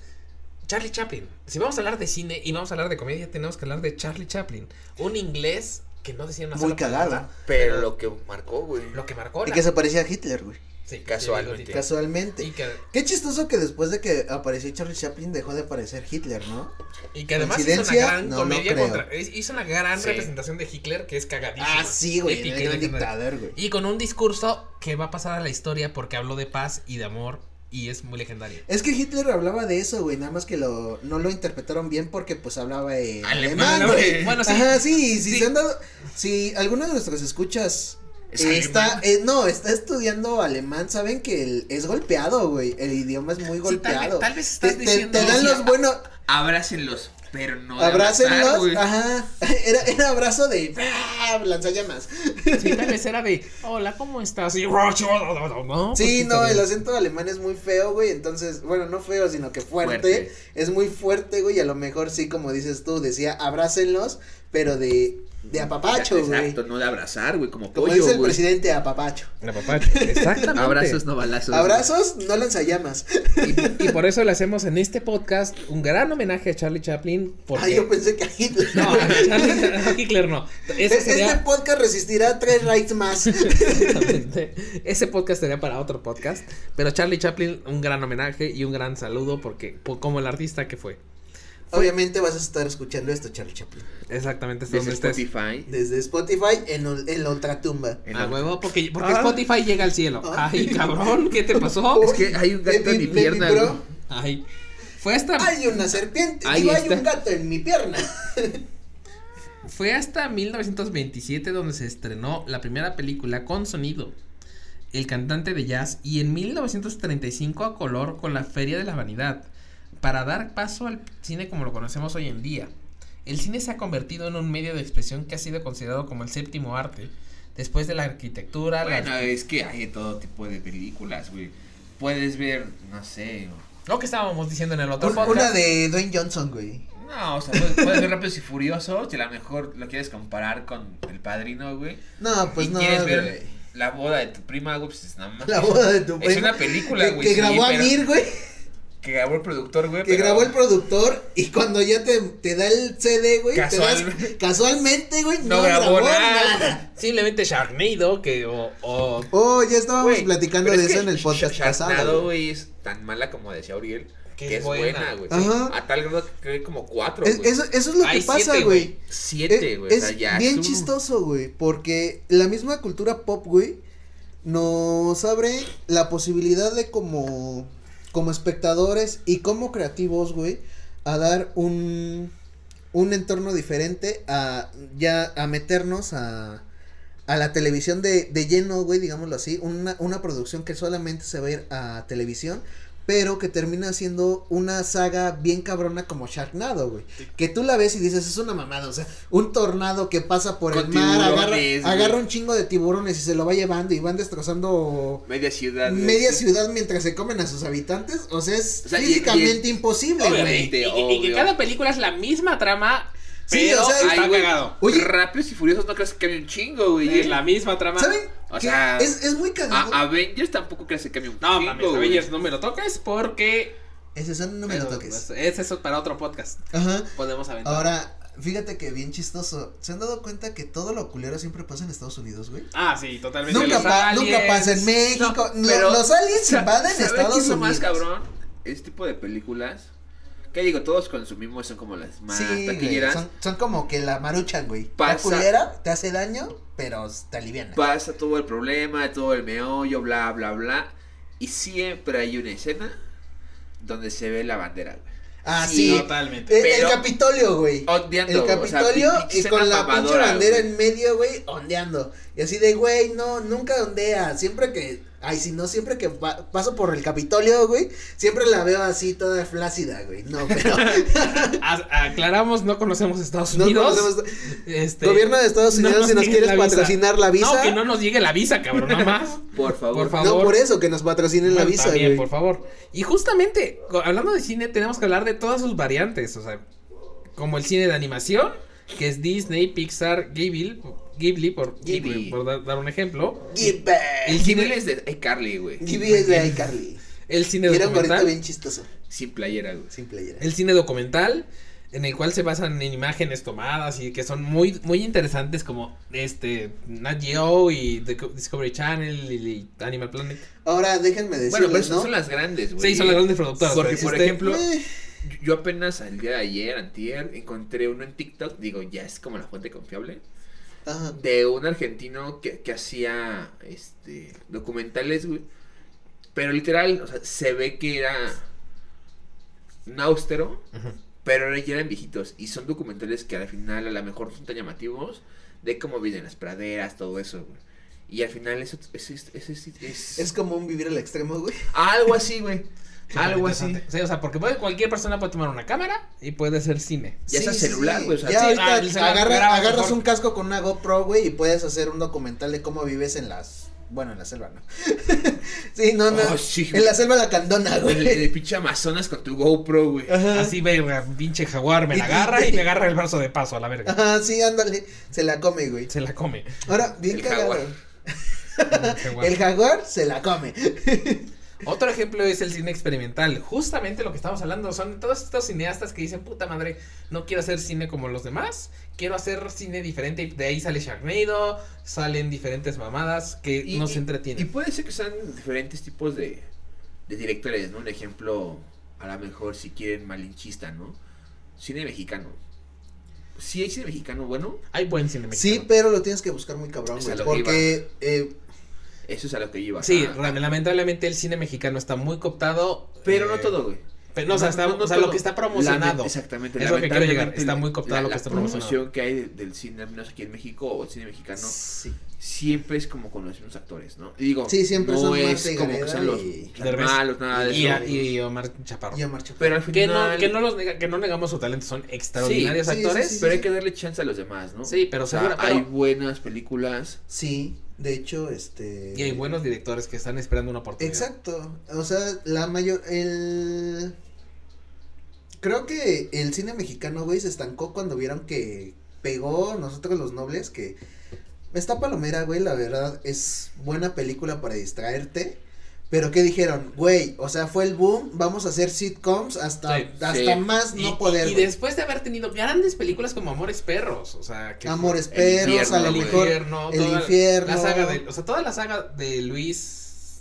A: Charlie Chaplin. Si vamos a hablar de cine y vamos a hablar de comedia, tenemos que hablar de Charlie Chaplin, un inglés que no decía una
B: Muy
A: sola palabra,
B: cagada.
C: Pero lo que marcó, güey.
A: Lo que marcó
B: Y
A: la-
B: que se parecía a Hitler, güey.
A: Sí,
C: Casualmente.
A: sí,
B: Casualmente.
A: Y que,
B: Qué chistoso que después de que apareció Charlie Chaplin dejó de aparecer Hitler, ¿no?
A: y que además hizo una
B: Coincidencia,
A: gran
B: no, no
A: comedia
B: creo.
A: contra- hizo una gran
C: Sí.
A: representación de Hitler que es cagadísima.
B: Ah, sí, güey.
A: Épica
B: El
A: y
B: gran
A: legendaria.
B: dictador, güey.
A: Y con un discurso que va a pasar a la historia porque habló de paz y de amor y es muy legendario.
B: Es que Hitler hablaba de eso, güey, nada más que lo, no lo interpretaron bien porque pues hablaba en
A: Alemán,
B: alemán, güey.
A: güey. Bueno, sí.
B: Ajá, sí, y si
A: Sí.
B: se han dado, si alguno de nuestros escuchas
A: Es
B: está,
A: alemán.
B: eh, no, está estudiando alemán. Saben que el- es golpeado, güey. El idioma es
A: Sí, tal
B: muy
A: vez-
B: golpeado.
A: tal vez
B: Te-
A: estás
B: te-
A: diciendo-
B: Te, dan los buenos.
C: Abrácenlos, pero no. de abrazar,
B: Abrácenlos.
C: güey.
B: Ajá. Era, era abrazo de. ¡ah! Lanzallamas.
A: Sí, tal vez era de, hola, ¿cómo estás? Pues, Y, ¿no?
B: Sí,
A: Pues,
B: no,
A: también.
B: el acento alemán es muy feo, güey. Entonces, bueno, no feo, sino que fuerte.
C: Fuerte.
B: Es muy fuerte, güey. y A lo mejor sí, como dices tú, decía abrácenlos, pero de, de apapacho, güey.
C: Exacto, no de abrazar, güey, como
B: Como
C: pollo,
B: dice el
C: güey.
B: presidente, apapacho.
A: La papacha, exactamente.
C: Abrazos, no balazos.
B: Abrazos, no lanzallamas.
A: Y, y por eso le hacemos en este podcast un gran homenaje a Charlie Chaplin. Porque...
B: Ay, yo pensé que ahí.
A: No, a Charlie a Hitler no. Ese
B: Es- Este
A: sería.
B: podcast resistirá tres rights más.
A: Exactamente. Ese podcast sería para otro podcast. Pero Charlie Chaplin, un gran homenaje y un gran saludo porque po- como el artista que fue.
B: Obviamente vas a estar escuchando esto, Charlie Chaplin.
A: Exactamente, es
C: Desde
A: donde estés.
C: Spotify.
B: Desde Spotify en, ol- en la ultratumba.
C: en
A: A
C: la-
A: huevo, porque, porque
B: Ah.
A: Spotify llega al cielo.
B: Ah.
A: Ay, cabrón, ¿qué te pasó?
C: Es que hay un gato en
B: Baby-
C: mi
B: baby
C: pierna.
B: Oh, bro,
C: güey.
A: Ay, fue hasta,
B: Hay una serpiente.
A: Ahí
B: digo, hay
A: está.
B: un gato en mi pierna.
A: fue hasta 1927 donde se estrenó la primera película con sonido, El cantante de jazz, y en 1935 a color con La Feria de la Vanidad, para dar paso al cine como lo conocemos hoy en día. El cine se ha convertido en un medio de expresión que ha sido considerado como el séptimo arte, después de la arquitectura, la-
C: Bueno, es que hay de todo tipo de películas, güey. Puedes ver, no sé.
A: lo que estábamos diciendo en el otro
B: Un-
A: podcast.
B: Una de Dwayne Johnson, güey.
C: No, o sea, puedes, puedes ver Rápidos y Furiosos, si a lo mejor lo quieres comparar con El Padrino, güey.
B: No, pues
C: y
B: no.
C: quieres ver
B: güey.
C: la boda de tu prima, güey, pues nada más.
B: La boda de tu
C: Es
B: prima.
C: una película,
B: Que-
C: güey.
B: Que
C: sí,
B: grabó
C: pero-
B: Amir, güey.
C: Que grabó el productor, güey.
B: Que
C: pero-
B: grabó el productor. Y cuando ya te, te da el CD, güey. te das-
C: Casualmente.
B: casualmente, güey.
C: No grabó nada.
A: Simplemente Sharknado, que o, o
B: Oh, ya estábamos
C: Güey,
B: platicando
C: pero
B: de
C: es
B: eso
C: que
B: en el podcast
C: Sh-
B: pasado.
C: Sharknado,
B: güey.
C: güey, es tan mala como decía Uriel.
A: Que
C: Que,
A: es
C: es
A: buena.
C: buena, güey.
B: Ajá.
C: A tal grado que hay como cuatro,
B: Es-
C: güey.
B: eso, eso es lo
A: Hay
B: que pasa,
A: siete,
B: güey.
C: Siete,
B: Eh,
C: güey. o
B: Es
C: sea, ya
B: bien
C: un-
B: chistoso, güey, porque la misma cultura pop, güey, nos abre la posibilidad de como, como espectadores y como creativos, güey, a dar un, un entorno diferente a ya a meternos a, a la televisión de, de lleno, güey, digámoslo así, una, una producción que solamente se va a ir a televisión. Pero que termina siendo una saga bien cabrona como Sharknado, güey. Que tú la ves y dices, es una mamada. O sea, un tornado que pasa por
C: Con
B: el mar, agarra,
C: tiburones, güey.
B: agarra un chingo de tiburones y se lo va llevando y van destrozando
C: Media ciudad. güey.
B: media ciudad mientras se comen a sus habitantes. O sea, es
C: O sea, y-
B: físicamente
C: y-
B: imposible, güey.
C: Obviamente,
A: Y, y- y que
C: obvio.
A: cada película es la misma trama,
B: Sí,
A: pero
B: o sea,
A: está
C: Ay, güey,
A: pegado.
B: Oye.
C: Rápidos y Furiosos no crees que cambie un chingo, güey.
A: Es la misma trama.
B: ¿Saben?
C: O
B: qué?
C: sea, ah,
B: es, es muy cagado.
C: A- Avengers tampoco crees que cambie un
A: No,
C: chingo,
A: mames,
C: güey.
A: Avengers, no me lo toques porque...
C: ah,
B: Ese son no me lo
A: Pero,
B: toques. Ah.
A: pues, Es eso para otro podcast.
B: Ajá.
A: Podemos aventar.
B: Ahora, fíjate que bien chistoso. ¿Se han dado cuenta que todo lo culero siempre pasa en Estados Unidos, güey?
A: Ah, sí, totalmente.
B: Nunca,
A: Los
B: pa-
A: aliens.
B: nunca pasa en México.
C: No,
B: Lo-
C: pero-
B: los aliens
C: Sa-
B: invaden
C: ¿sabe
B: Estados
C: qué es lo
B: Unidos.
C: más cabrón? Este tipo de películas. Que digo, todos consumimos, son como las más
B: Sí, güey,
C: taquilleras.
B: son, son como que la maruchan, güey. La
C: Pasa.
B: culera te hace daño, pero te aliviana.
C: Pasa todo el problema, todo el meollo, bla, bla, bla. Y siempre hay una escena donde se ve la bandera, güey.
B: Ah,
C: Sí,
B: sí.
A: Totalmente.
B: Eh,
C: pero-
B: el Capitolio, güey.
C: Ondeando,
B: El
C: o sea,
B: Capitolio
C: pinche
B: y
C: escena
B: con la pinche
C: mamadora,
B: bandera
C: güey.
B: en medio, güey, ondeando. Y así de, güey, no, nunca ondea. Siempre que, ay, si no, siempre que pa- paso por el Capitolio, güey, siempre la veo así toda flácida, güey. No, pero
A: A- aclaramos, no conocemos Estados
B: no
A: Unidos.
B: conocemos-
A: Este,
B: Gobierno de Estados
A: no
B: Unidos, si nos
A: niegues
B: quieres
A: la visa.
B: patrocinar la visa.
A: No, que no nos llegue la visa, cabrón, nada más.
C: Por favor.
A: Por favor.
B: No, por eso, que nos patrocinen la
A: Bueno,
B: visa,
A: también,
B: güey.
A: por favor. Y justamente, co- hablando de cine, tenemos que hablar de todas sus variantes, o sea, como el cine de animación, que es Disney, Pixar, Ghibli, Ghibli por,
C: Ghibli.
A: Ghibli, por da- dar un ejemplo.
B: Give
C: El
B: back.
C: Ghibli es de Carly, güey.
B: Give es de iCarly.
A: El cine
B: Y Era un gorrito
A: documental,
B: bien chistoso,
C: Sin playera, güey.
B: sin playera.
A: el cine documental, en el cual se basan en imágenes tomadas y que son muy muy interesantes como este Nat Geo y Deco- Discovery Channel y, y Animal Planet.
B: Ahora déjenme
C: Bueno, pero
B: decirles,
C: esas
B: ¿no?
C: son las grandes, güey.
A: Sí, son las grandes productoras.
C: Porque,
A: pero
C: por
A: existe-
C: ejemplo,
B: Eh,
C: Yo apenas al día de ayer, antier, encontré uno en TikTok, digo, ya es como la fuente confiable,
B: ajá.
C: de un argentino que, que hacía este documentales, güey. Pero literal, o sea, se ve que era un austero,
A: Ujú.
C: pero ya eran viejitos. Y son documentales que al final a lo mejor son tan llamativos de cómo viven las praderas, todo eso, güey. Y al final eso es, es, es- es- es-
B: Es como un vivir al extremo, güey.
C: algo así, güey.
A: Sí,
C: algo así.
A: interesante. Sí, o sea, porque puede- cualquier persona puede tomar una cámara y puede hacer cine.
C: Ya sea celular, güey, o sea,
B: ya
A: sí,
B: ahorita
A: ah, el celular
B: agarra-
A: graba
B: agarras
A: mejor.
B: un casco con una GoPro, güey, y puedes hacer un documental de cómo vives en las. Bueno, en la selva, ¿no? sí, no, no.
C: Oh, sí,
B: en la selva la candona,
C: güey. En el, en
B: güey.
C: el pinche Amazonas con tu GoPro, güey.
B: Ajá.
A: Así ve, la pinche jaguar, me la
B: Y-
A: agarra y me agarra el brazo de paso a la verga.
B: Ajá, sí, ándale. Se la come, güey.
A: Se la come.
B: Ahora, bien
C: El
B: cagado.
C: jaguar.
A: El jaguar.
B: El jaguar se la come.
A: Otro ejemplo es el cine experimental. Justamente lo que estamos hablando son todos estos cineastas que dicen, puta madre, no quiero hacer cine como los demás, quiero hacer cine diferente. Y de ahí sale Sharknado, salen diferentes mamadas que
C: Y-
A: nos
C: y- Y
A: entretienen.
C: puede ser que sean diferentes tipos de, de directores, ¿no? Un ejemplo, a lo mejor, si quieren, malinchista, ¿no? Cine mexicano. Si hay cine mexicano bueno,
A: Hay buen cine mexicano.
B: Sí, pero lo tienes que buscar muy cabrón,
C: Es
B: güey.
C: a lo que
B: Porque eh,
C: eso es a lo que iba.
A: Sí,
C: Ah,
A: ra- lamentablemente el cine mexicano está muy cooptado.
C: pero
A: eh,
C: no todo, güey.
A: pero no, o sea, está-
C: no
A: o sea,
C: todo.
A: lo que está
C: Lame-
A: promocionado.
C: exactamente.
A: Es lo que quiero llegar,
C: lamentablemente,
A: está
C: la-
A: muy cooptado
C: la-
A: lo que está promocionado.
C: La promoción que hay de- del cine, al menos aquí en México, o el cine mexicano,
B: Sí.
C: siempre es como con los mismos actores, ¿no? Y digo,
B: Sí, siempre
C: no
B: son Marta
C: es
B: y
C: como que
B: Gareda
C: sean los
B: y
C: tan
A: Derbez.
C: malos, nada de
A: Y,
C: eso.
A: a- y Omar Chaparro.
B: Ya marcha.
C: Pero al
A: Que
C: final...
A: no, que no los nega- que no negamos su talento, son extraordinarios
B: Sí, sí, sí,
A: actores.
B: sí.
C: Pero hay que darle chance a los demás, ¿no?
A: Sí, pero
C: O sea,
A: segura- pero-
C: hay buenas películas.
B: Sí, de hecho, este.
A: Y hay buenos directores que están esperando una oportunidad.
B: Exacto. O sea, la mayor. El. Creo que el cine mexicano, güey, se estancó cuando vieron que pegó nosotros los nobles. Que esta palomera, güey, la verdad es buena película para distraerte. Pero que dijeron, güey, o sea, fue el boom, vamos a hacer sitcoms hasta,
A: Sí,
B: hasta
C: sí.
B: más
A: Y,
B: no poder.
A: y
B: güey.
A: después de haber tenido grandes películas como Amores Perros, o sea, que
B: Amores
C: El
B: perros,
C: infierno,
B: a lo
A: el
C: güey.
B: mejor.
A: infierno,
B: El
A: toda la-
B: infierno.
A: la saga de, o sea, toda la saga de Luis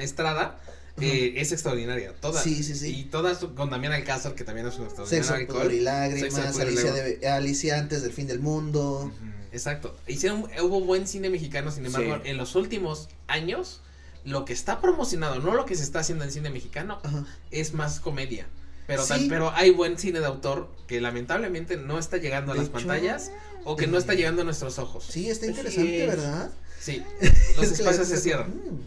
A: Estrada eh, es extraordinaria, toda.
B: Sí, sí, sí.
A: Y todas con Damián Alcázar que también es un
B: Sexo,
A: extraordinario.
B: pudor y lágrimas,
A: Sexo, pudor y
B: Alicia,
A: lágrimas.
B: de- Alicia antes del fin del mundo.
A: Exacto. Hicieron, hubo buen cine mexicano, sin embargo,
C: Sí.
A: en los últimos años lo que está promocionado, no lo que se está haciendo en cine mexicano,
B: Ajá.
A: es más comedia. Pero, tan-
B: Sí.
A: pero hay buen cine de autor que lamentablemente no está llegando a
B: De
A: las
B: hecho,
A: pantallas o que no está llegando a nuestros ojos. Sí,
B: Sí, está interesante,
C: es.
B: ¿verdad?
A: los
B: Es que la
A: espacios
B: neta
A: se
B: está
A: cierran.
B: como, "Mm".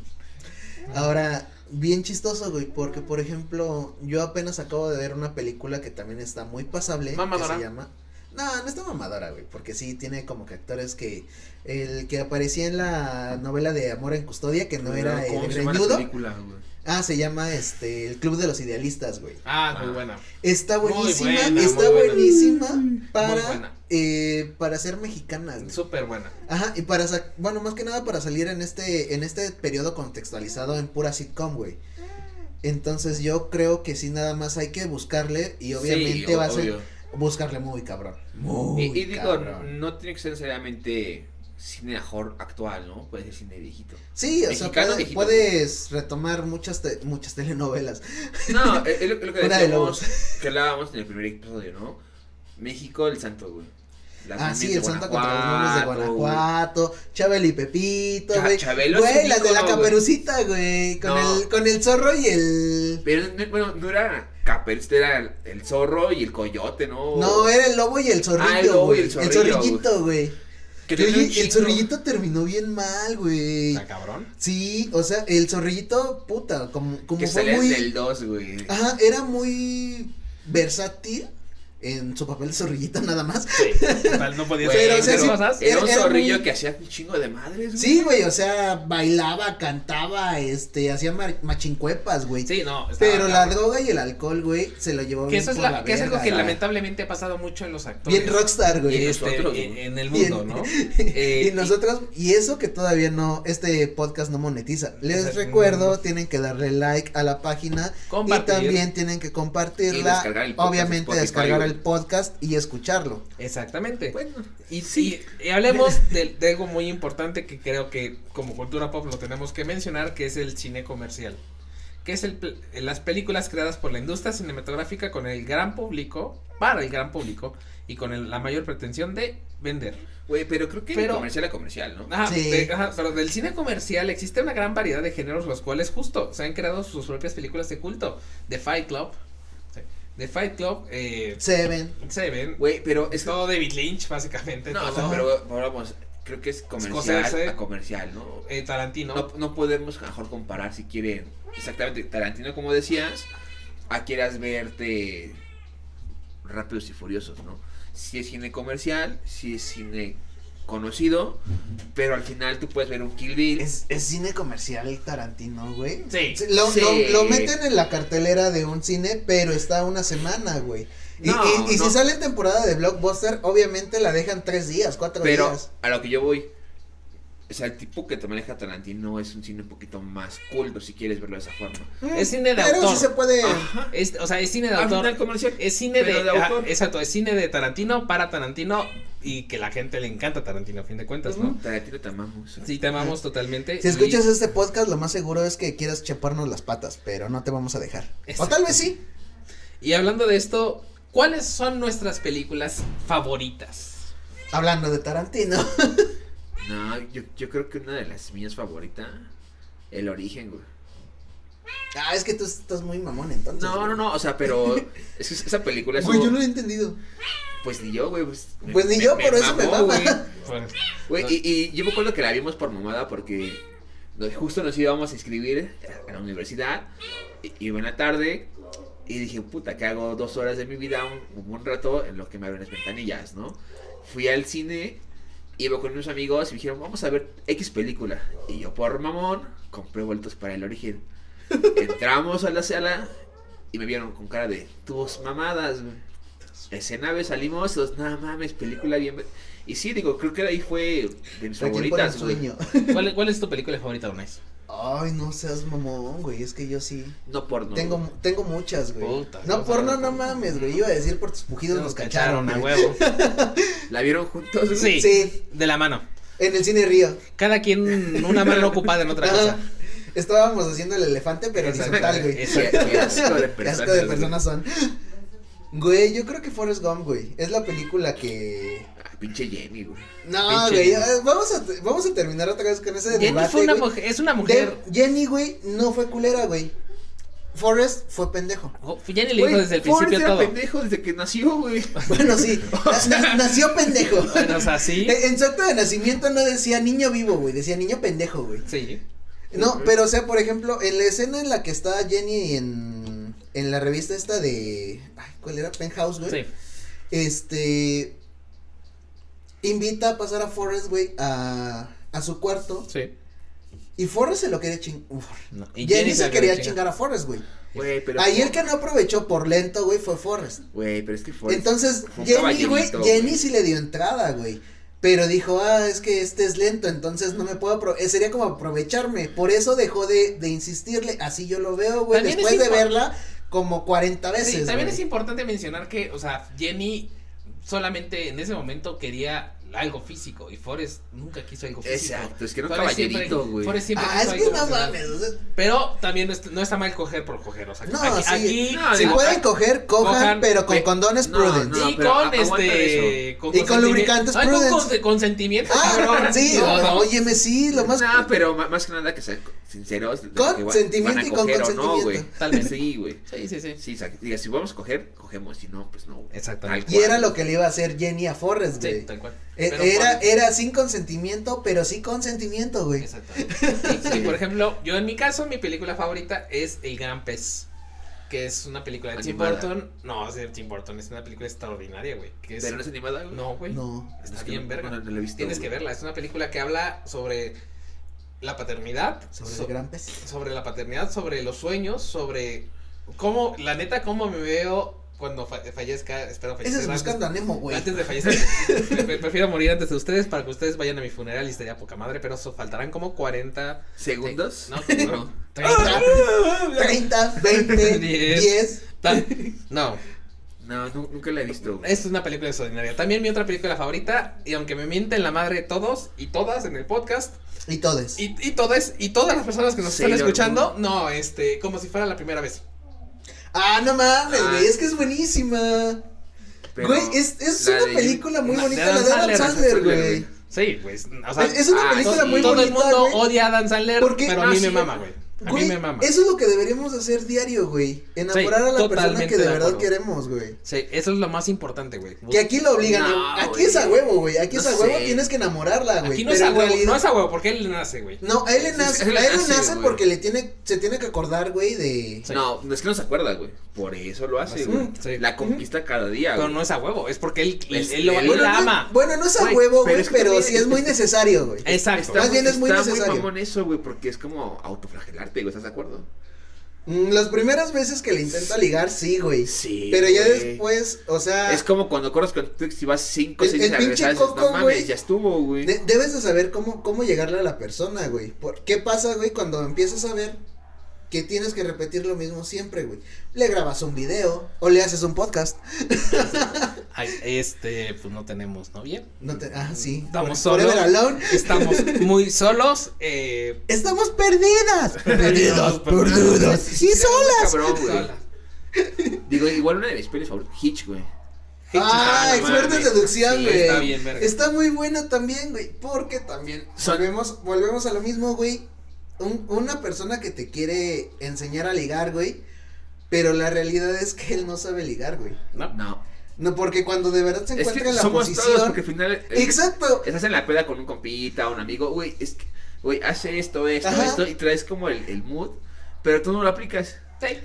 B: Ahora, bien chistoso, güey, porque por ejemplo, yo apenas acabo de ver una película que también está muy pasable.
A: Mamadora.
B: Que se llama. No, no está mamadora, güey, porque sí tiene como que actores que. El que aparecía en la novela de Amor en Custodia, que no era
C: ¿Cómo
B: el
C: se llama la
B: greñudo.
C: película, güey?
B: Ah, se llama este El Club de los Idealistas, güey.
A: Ah, muy
C: Ah.
A: buena.
B: Está
A: Muy
B: buenísima,
A: buena,
B: está
A: muy buena.
B: buenísima para
A: Muy buena.
B: eh, para ser mexicana. güey.
A: Súper buena.
B: Ajá, y para sa- bueno, más que nada para salir en este en este periodo contextualizado en pura sitcom,
C: Mm.
B: güey. Entonces yo creo que sí nada más hay que buscarle y obviamente
C: Sí,
B: va a ser
C: obvio.
B: buscarle muy cabrón.
C: Y,
B: Muy
C: y digo, mm,
B: cabrón.
C: no tiene que ser necesariamente cine ajor- actual, ¿no? Puede ser cine viejito.
B: Sí, o sea,
C: mexicano,
B: puede-
C: viejito.
B: puedes retomar muchas te- muchas telenovelas.
C: No, es, es lo, es lo que
B: Una de
C: decíamos, que hablábamos en el primer episodio, ¿no? México, el santo, güey. Las
B: Ah,
C: momias
B: sí,
C: de
B: el santo contra los hombres de
C: güey.
B: Guanajuato, Chabel y Pepito,
C: Cha-
B: güey.
C: Chabelo es
B: Güey,
C: un
B: las de la
C: ícono, güey.
B: caperucita, güey, con
C: No.
B: el con el zorro y el
C: Pero no- bueno, no era Caperucita, era el- el zorro y el coyote, ¿no?
B: No, era el lobo y el zorrillo,
C: Oh. Ah, el lobo y
B: güey.
C: el zorrillo,
B: zorrillito, güey.
C: Que
B: Oye,
C: tenía un
B: el
C: chingo.
B: zorrillito terminó bien mal, güey.
A: Está cabrón.
B: Sí, o sea, el zorrillito, puta, como, como
C: Que
B: fue
C: salía
B: muy.
C: del 2, güey.
B: Ajá, era muy versátil en su papel de zorrillito nada más.
A: Sí. Total, no podía
C: Güey,
A: ser.
B: pero, o sea,
A: ¿Qué
B: sí-
A: cosas?
C: Era un
B: Era- era
C: zorrillo
B: muy-
C: que hacía un chingo de madres, güey.
B: Sí, güey, o sea, bailaba, cantaba, este, hacía mar- machincuepas, güey.
A: Sí, no. estaba
B: Pero la
A: cabrón.
B: droga y el alcohol, güey, se lo llevó
A: Que
B: bien
A: eso es,
B: por
A: la-
B: la
A: que eso es lo
B: verga,
A: que
B: güey.
A: lamentablemente ha pasado mucho en los actores.
B: Bien rockstar,
A: Y
B: güey.
A: este,
C: nosotros,
A: en,
C: güey.
A: en el mundo,
B: Bien.
A: ¿no?
B: Y
A: Eh,
B: nosotros, y eso que todavía no, este podcast no monetiza. Les
A: Exacto.
B: recuerdo, tienen que darle like a la página y
A: Compartir.
B: también tienen que compartirla.
C: Y descargar el podcast
B: obviamente
C: de Spotify,
B: descargar
C: güey.
B: el podcast y escucharlo.
A: Exactamente.
B: Pues,
C: Bueno,
A: Y, y- y hablemos de, de algo muy importante que creo que como cultura pop lo tenemos que mencionar, que es el cine comercial, que es el, pl- eh, las películas creadas por la industria cinematográfica con el gran público, para el gran público, y con el- la mayor pretensión de vender.
C: güey, pero creo que
A: Pero- Ah.
C: de comercial a comercial, ¿no?
A: Ajá,
B: Sí.
A: de- ajá, pero del cine comercial existe una gran variedad de géneros, los cuales justo se han creado sus propias películas de culto. The Fight Club, sí, The Fight Club, eh,
B: Seven.
A: Seven,
C: Güey, pero es
A: es todo David Lynch, básicamente.
C: No,
A: todo.
C: o sea, pero, pero vamos, creo que es comercial
A: Scorsese.
C: a comercial, ¿no?
A: Eh, Tarantino.
C: No, no podemos a lo mejor comparar si quieren. Exactamente, Tarantino, como decías, a quieras verte rápidos y furiosos, ¿no? Si es cine comercial, si es cine conocido, pero al final tú puedes ver un Kill Bill.
B: Es, es cine comercial Tarantino, güey.
A: Sí.
B: Sí, Lo,
C: Sí.
B: lo- lo meten en la cartelera de un cine, pero está una semana, güey. Y,
C: No,
B: y- y
C: no.
B: si sale en temporada de blockbuster, obviamente la dejan tres días, cuatro
C: Pero
B: días.
C: a lo que yo voy, o sea, el tipo que te maneja Tarantino es un cine un poquito más culto, si quieres verlo de esa forma.
A: Es cine de
B: Pero
A: autor.
B: sí se puede.
C: Ajá.
A: Es- o sea, es cine de
C: Al
A: autor.
C: final comercial.
A: Es cine
C: Pero
A: de,
C: de autor.
A: ah, exacto, es cine de Tarantino para Tarantino y que la gente le encanta Tarantino a fin de cuentas, ¿no?
C: Tarantino te amamos.
A: Sí, te amamos totalmente.
B: Si escuchas
A: y-
B: este podcast, lo más seguro es que quieras chaparnos las patas, pero no te vamos a dejar. O
A: Exacto.
B: tal vez sí.
A: y hablando de esto, ¿cuáles son nuestras películas favoritas?
B: Hablando de Tarantino.
C: No, yo, yo creo que una de las mías favorita, El Origen, güey.
B: ah, es que tú estás muy mamón entonces.
C: No,
B: güey.
C: no, no, o sea, pero es que esa película es
B: Güey, yo
C: como-
B: no lo he entendido.
C: Pues ni yo, güey. Pues,
B: Pues ni yo, por eso me mama.
C: güey.
A: Bueno,
C: Güey,
A: Ah.
C: y, y yo me acuerdo que la vimos por mamada porque nos- justo nos íbamos a inscribir a la universidad. i- Iba en la tarde y dije, puta, que hago dos horas de mi vida, un, un buen rato en lo que me abren las ventanillas, ¿no? Fui al cine, iba con unos amigos y me dijeron, vamos a ver X película. Y yo, por mamón, compré vueltos para el origen. Entramos a la sala y me vieron con cara de tus mamadas, güey. Escena, güey, salimos, dos, nada mames, película bien. Y sí, digo, creo que ahí fue de mis
B: Aquí por el
C: favoritas, güey.
B: sueño.
A: ¿cuál, cuál es tu película favorita, Unais?
B: Ay, no seas mamón, güey. Es que yo sí.
C: No porno.
B: Tengo, tengo muchas, güey.
A: Puta,
B: no,
A: no
B: porno,
A: sé.
B: no mames, güey. Iba a decir por tus pujidos nos cacharon,
A: a
B: güey.
A: huevo.
C: ¿La vieron juntos? güey?
A: Sí,
B: Sí.
A: de la mano.
B: En el cine Río.
A: Cada quien una mano ocupada en otra cosa.
B: Ajá. Estábamos haciendo el elefante, pero
A: Exacto.
B: horizontal, güey.
A: Es-
C: Qué- qué asco de
B: Qué
C: personas.
B: asco de
C: güey.
B: personas son. Güey, yo creo que Forrest Gump, güey. Es la película que.
C: Ah, pinche Jenny, güey.
B: No,
A: Pinche
B: güey.
A: Jenny.
B: eh, Vamos a, vamos a terminar otra vez con ese
A: Jenny
B: debate.
A: fue una
B: güey.
A: mujer, es una
B: De-
A: mujer.
B: Jenny, güey, no fue culera, güey. Forrest fue pendejo.
A: Oh, Jenny le dijo
C: Güey,
A: desde el
C: Forrest
A: principio
C: era
A: todo.
C: pendejo desde que nació, güey.
B: Bueno, sí. na- na- nació pendejo.
A: Bueno, o sea, sí.
B: Eh, En su acto de nacimiento no decía niño vivo, güey, decía niño pendejo, güey.
A: Sí.
B: No, pero o sea, por ejemplo, en la escena en la que está Jenny en, en la revista esta de... Ay, ¿Cuál era? Penthouse, güey.
A: Sí.
B: Este... Invita a pasar a Forrest, güey, a, a su cuarto.
A: Sí.
B: Y Forrest se lo quería chingar.
A: No, y
B: Jenny, se
A: la
B: quería
A: chinga.
B: chingar a Forrest, güey.
C: Güey, pero.
B: Ahí el que no aprovechó por lento, güey, fue Forrest.
C: Güey, pero es que Forrest.
B: Entonces,
C: fue un
B: Jenny, güey,
C: caballerito,
B: Jenny
C: güey.
B: sí le dio entrada, güey. Pero dijo, ah, es que este es lento, entonces no me puedo apro- eh, sería como aprovecharme. Por eso dejó de, de insistirle, así yo lo veo, güey,
A: También es
B: después de
A: impo-
B: verla como 40
A: Sí,
B: veces.
A: también
B: güey.
A: es importante mencionar que, o sea, Jenny solamente en ese momento quería algo físico y Forrest nunca quiso algo físico.
C: Exacto, es que era un
A: Forrest
C: caballerito,
A: siempre-
C: güey.
A: Forrest siempre
B: Ah,
A: quiso
B: es que
A: algo
B: no
A: emocional.
B: mames. o sea,
A: Pero también no est- no está, mal coger por coger, o sea,
B: No,
A: aquí,
B: sí.
A: aquí-
C: No,
B: si
C: digo,
B: pueden coger, cojan,
A: cojan,
B: pero con
A: pe-
B: condones
C: no,
B: prudent.
C: no.
A: y
C: pero
A: con
C: aguanta
A: este con
B: Y con
A: consentimi-
B: lubricantes
A: Ay, con
B: Prudence.
A: conse- consentimiento
B: Ah,
A: cabrón.
B: sí,
A: No, no.
B: óyeme, sí, lo más...
C: Nah, pero ma- más que nada que sean sinceros. de
B: Con
C: que va-
B: sentimiento
C: van a
B: y con
C: coger o
B: consentimiento.
C: No, güey.
A: Tal vez.
C: Sí, güey.
A: sí sí sí
C: Sí, o sea, que diga, si vamos a coger, cogemos. Si no, pues no. güey.
A: Exactamente.
C: Tal
B: Y era
C: cual.
B: lo que le iba a hacer Jenny a Forrest,
A: Sí,
B: güey.
A: tal cual.
B: Eh,
A: Pero
B: era,
A: Forrest-
B: era sin consentimiento, pero sí consentimiento, güey.
A: Exactamente. Y, y, por ejemplo, yo en mi caso, mi película favorita es El Gran Pez. Que es una película
B: Ah,
A: de
C: Animada.
A: Tim Burton. No, es de Tim Burton, es una película extraordinaria, güey. Que es-
C: Pero no es animada, güey.
A: No, güey.
B: No.
A: Está
C: Es que
A: bien,
C: no-
A: verga.
C: no- no la he visto,
A: Tienes
C: güey.
A: que verla. Es una película que habla sobre la paternidad.
B: Sobre
A: so- pues,
B: el gran pez.
A: sobre la paternidad, sobre los sueños, sobre cómo, la neta, cómo me veo cuando fa- fallezca. Espero
B: Ese
A: fallecer.
B: es
A: antes-
B: buscando a Nemo, güey.
A: Antes de fallecer, pre- pre- prefiero morir antes de ustedes para que ustedes vayan a mi funeral y estaría poca madre, pero so- faltarán como 40.
C: ¿Segundos?
A: No, como 30.
B: Ah, 30, 20,
A: Diez.
B: 10.
A: tal. No,
C: No, nu- nunca la he visto. güey.
A: es una película extraordinaria. También mi otra película favorita, y aunque me mienten la madre todos y todas en el podcast,
B: Y todes.
A: y, y todas, y todas las personas que nos
C: Sailor
A: están escuchando, no, este, como si fuera la primera vez.
B: Ah, no mames,
C: Ah.
B: güey. Es que es buenísima.
C: Pero
B: güey, es, es
C: la
B: una
C: de-
B: película muy
A: la
B: bonita,
A: Ah, de
B: la de Adam
A: Adam
B: Sandler,
A: Sandler,
B: güey.
A: Sí, pues, o sea,
B: Es es una
C: ah,
B: película
A: to-
B: muy
A: todo el
B: bonita,
A: mundo
B: güey.
A: odia a Dan Sandler,
B: Porque-
A: pero a
B: ah,
A: mí
B: sí,
A: me mama, güey. A
B: Güey,
A: mí me mama.
B: Eso es lo que deberíamos hacer diario, güey. Enamorar
A: Sí,
B: a la persona
A: totalmente
B: que de
A: de
B: verdad
A: acuerdo.
B: queremos, güey.
A: Sí, eso es lo más importante, güey.
B: Que aquí lo obligan.
C: No,
B: aquí
C: güey.
B: es a huevo, güey. Aquí
C: No
B: es a huevo,
C: sé.
B: tienes que enamorarla, güey.
A: Aquí no
B: Pero
A: es a
B: en
A: huevo,
B: realidad-
A: no es a huevo, porque él le nace, güey.
B: No, a él le nace,
C: él le
B: a él le
C: nace,
B: nace
C: güey.
B: porque le tiene, se tiene que acordar, güey, de...
A: Sí. Ah,
C: No, no es que no se acuerda, güey. Por eso lo hace,
A: Sí,
C: güey.
A: sí.
C: La conquista cada día,
A: Pero
C: güey.
A: no es a huevo, es porque él, él,
C: Es-
A: él lo-
C: él-
A: él
C: Bueno,
B: no
A: la
B: es-
A: ama.
B: bueno, no es a
C: Güey,
B: huevo,
C: pero
B: güey,
C: es que
B: pero
C: también-
B: sí es muy necesario, güey.
A: Exacto.
C: Está,
B: Más bien es muy
C: está
B: necesario.
C: mamón eso, güey, porque es como autoflagelarte, güey. ¿Estás de acuerdo?
B: Mm, Las primeras veces que le intenta ligar, sí, güey.
C: Sí.
B: Pero ya después, o sea,
C: Es como cuando corres con tu ex y vas 5
B: El-
C: 6
B: el
C: veces a
B: pinche
C: regresar. y dices,
B: coco,
C: No mames,
B: güey.
C: ya estuvo, güey.
B: de- debes de saber cómo, cómo llegarle a la persona, güey. Por- ¿Qué pasa, güey, cuando empiezas a ver que tienes que repetir lo mismo siempre, güey? Le grabas un video o le haces un podcast.
A: Ay, este, pues no tenemos novia.
B: No te, ah, sí.
A: Estamos
B: Por- Forever
A: solos.
B: Alone.
A: Estamos muy solos. Eh,
B: Estamos perdidas.
A: Perdidos,
B: Perdidos, perdidos. Y solas.
C: Cabrón, güey. Digo, igual una de mis pelis favoritas, Hitch, güey.
B: Ah,
A: Ah, no
B: experto en
A: mames.
B: seducción,
A: Sí,
B: güey.
A: está bien, verga.
B: Está muy buena también, güey. Porque también
C: Son-
B: volvemos, volvemos a lo mismo, güey. Un- una persona que te quiere enseñar a ligar, güey. Pero la realidad es que él no sabe ligar, güey.
A: no.
C: No.
B: No, porque cuando de verdad se
C: Es
B: encuentra
C: que
B: en la
C: somos todos,
B: posición.
C: porque al final. eh,
B: Exacto.
C: Estás en la peda con un compita, un amigo, güey, es que, güey, hace esto, esto,
B: Ajá.
C: esto, y traes como el, el mood, pero tú no lo aplicas.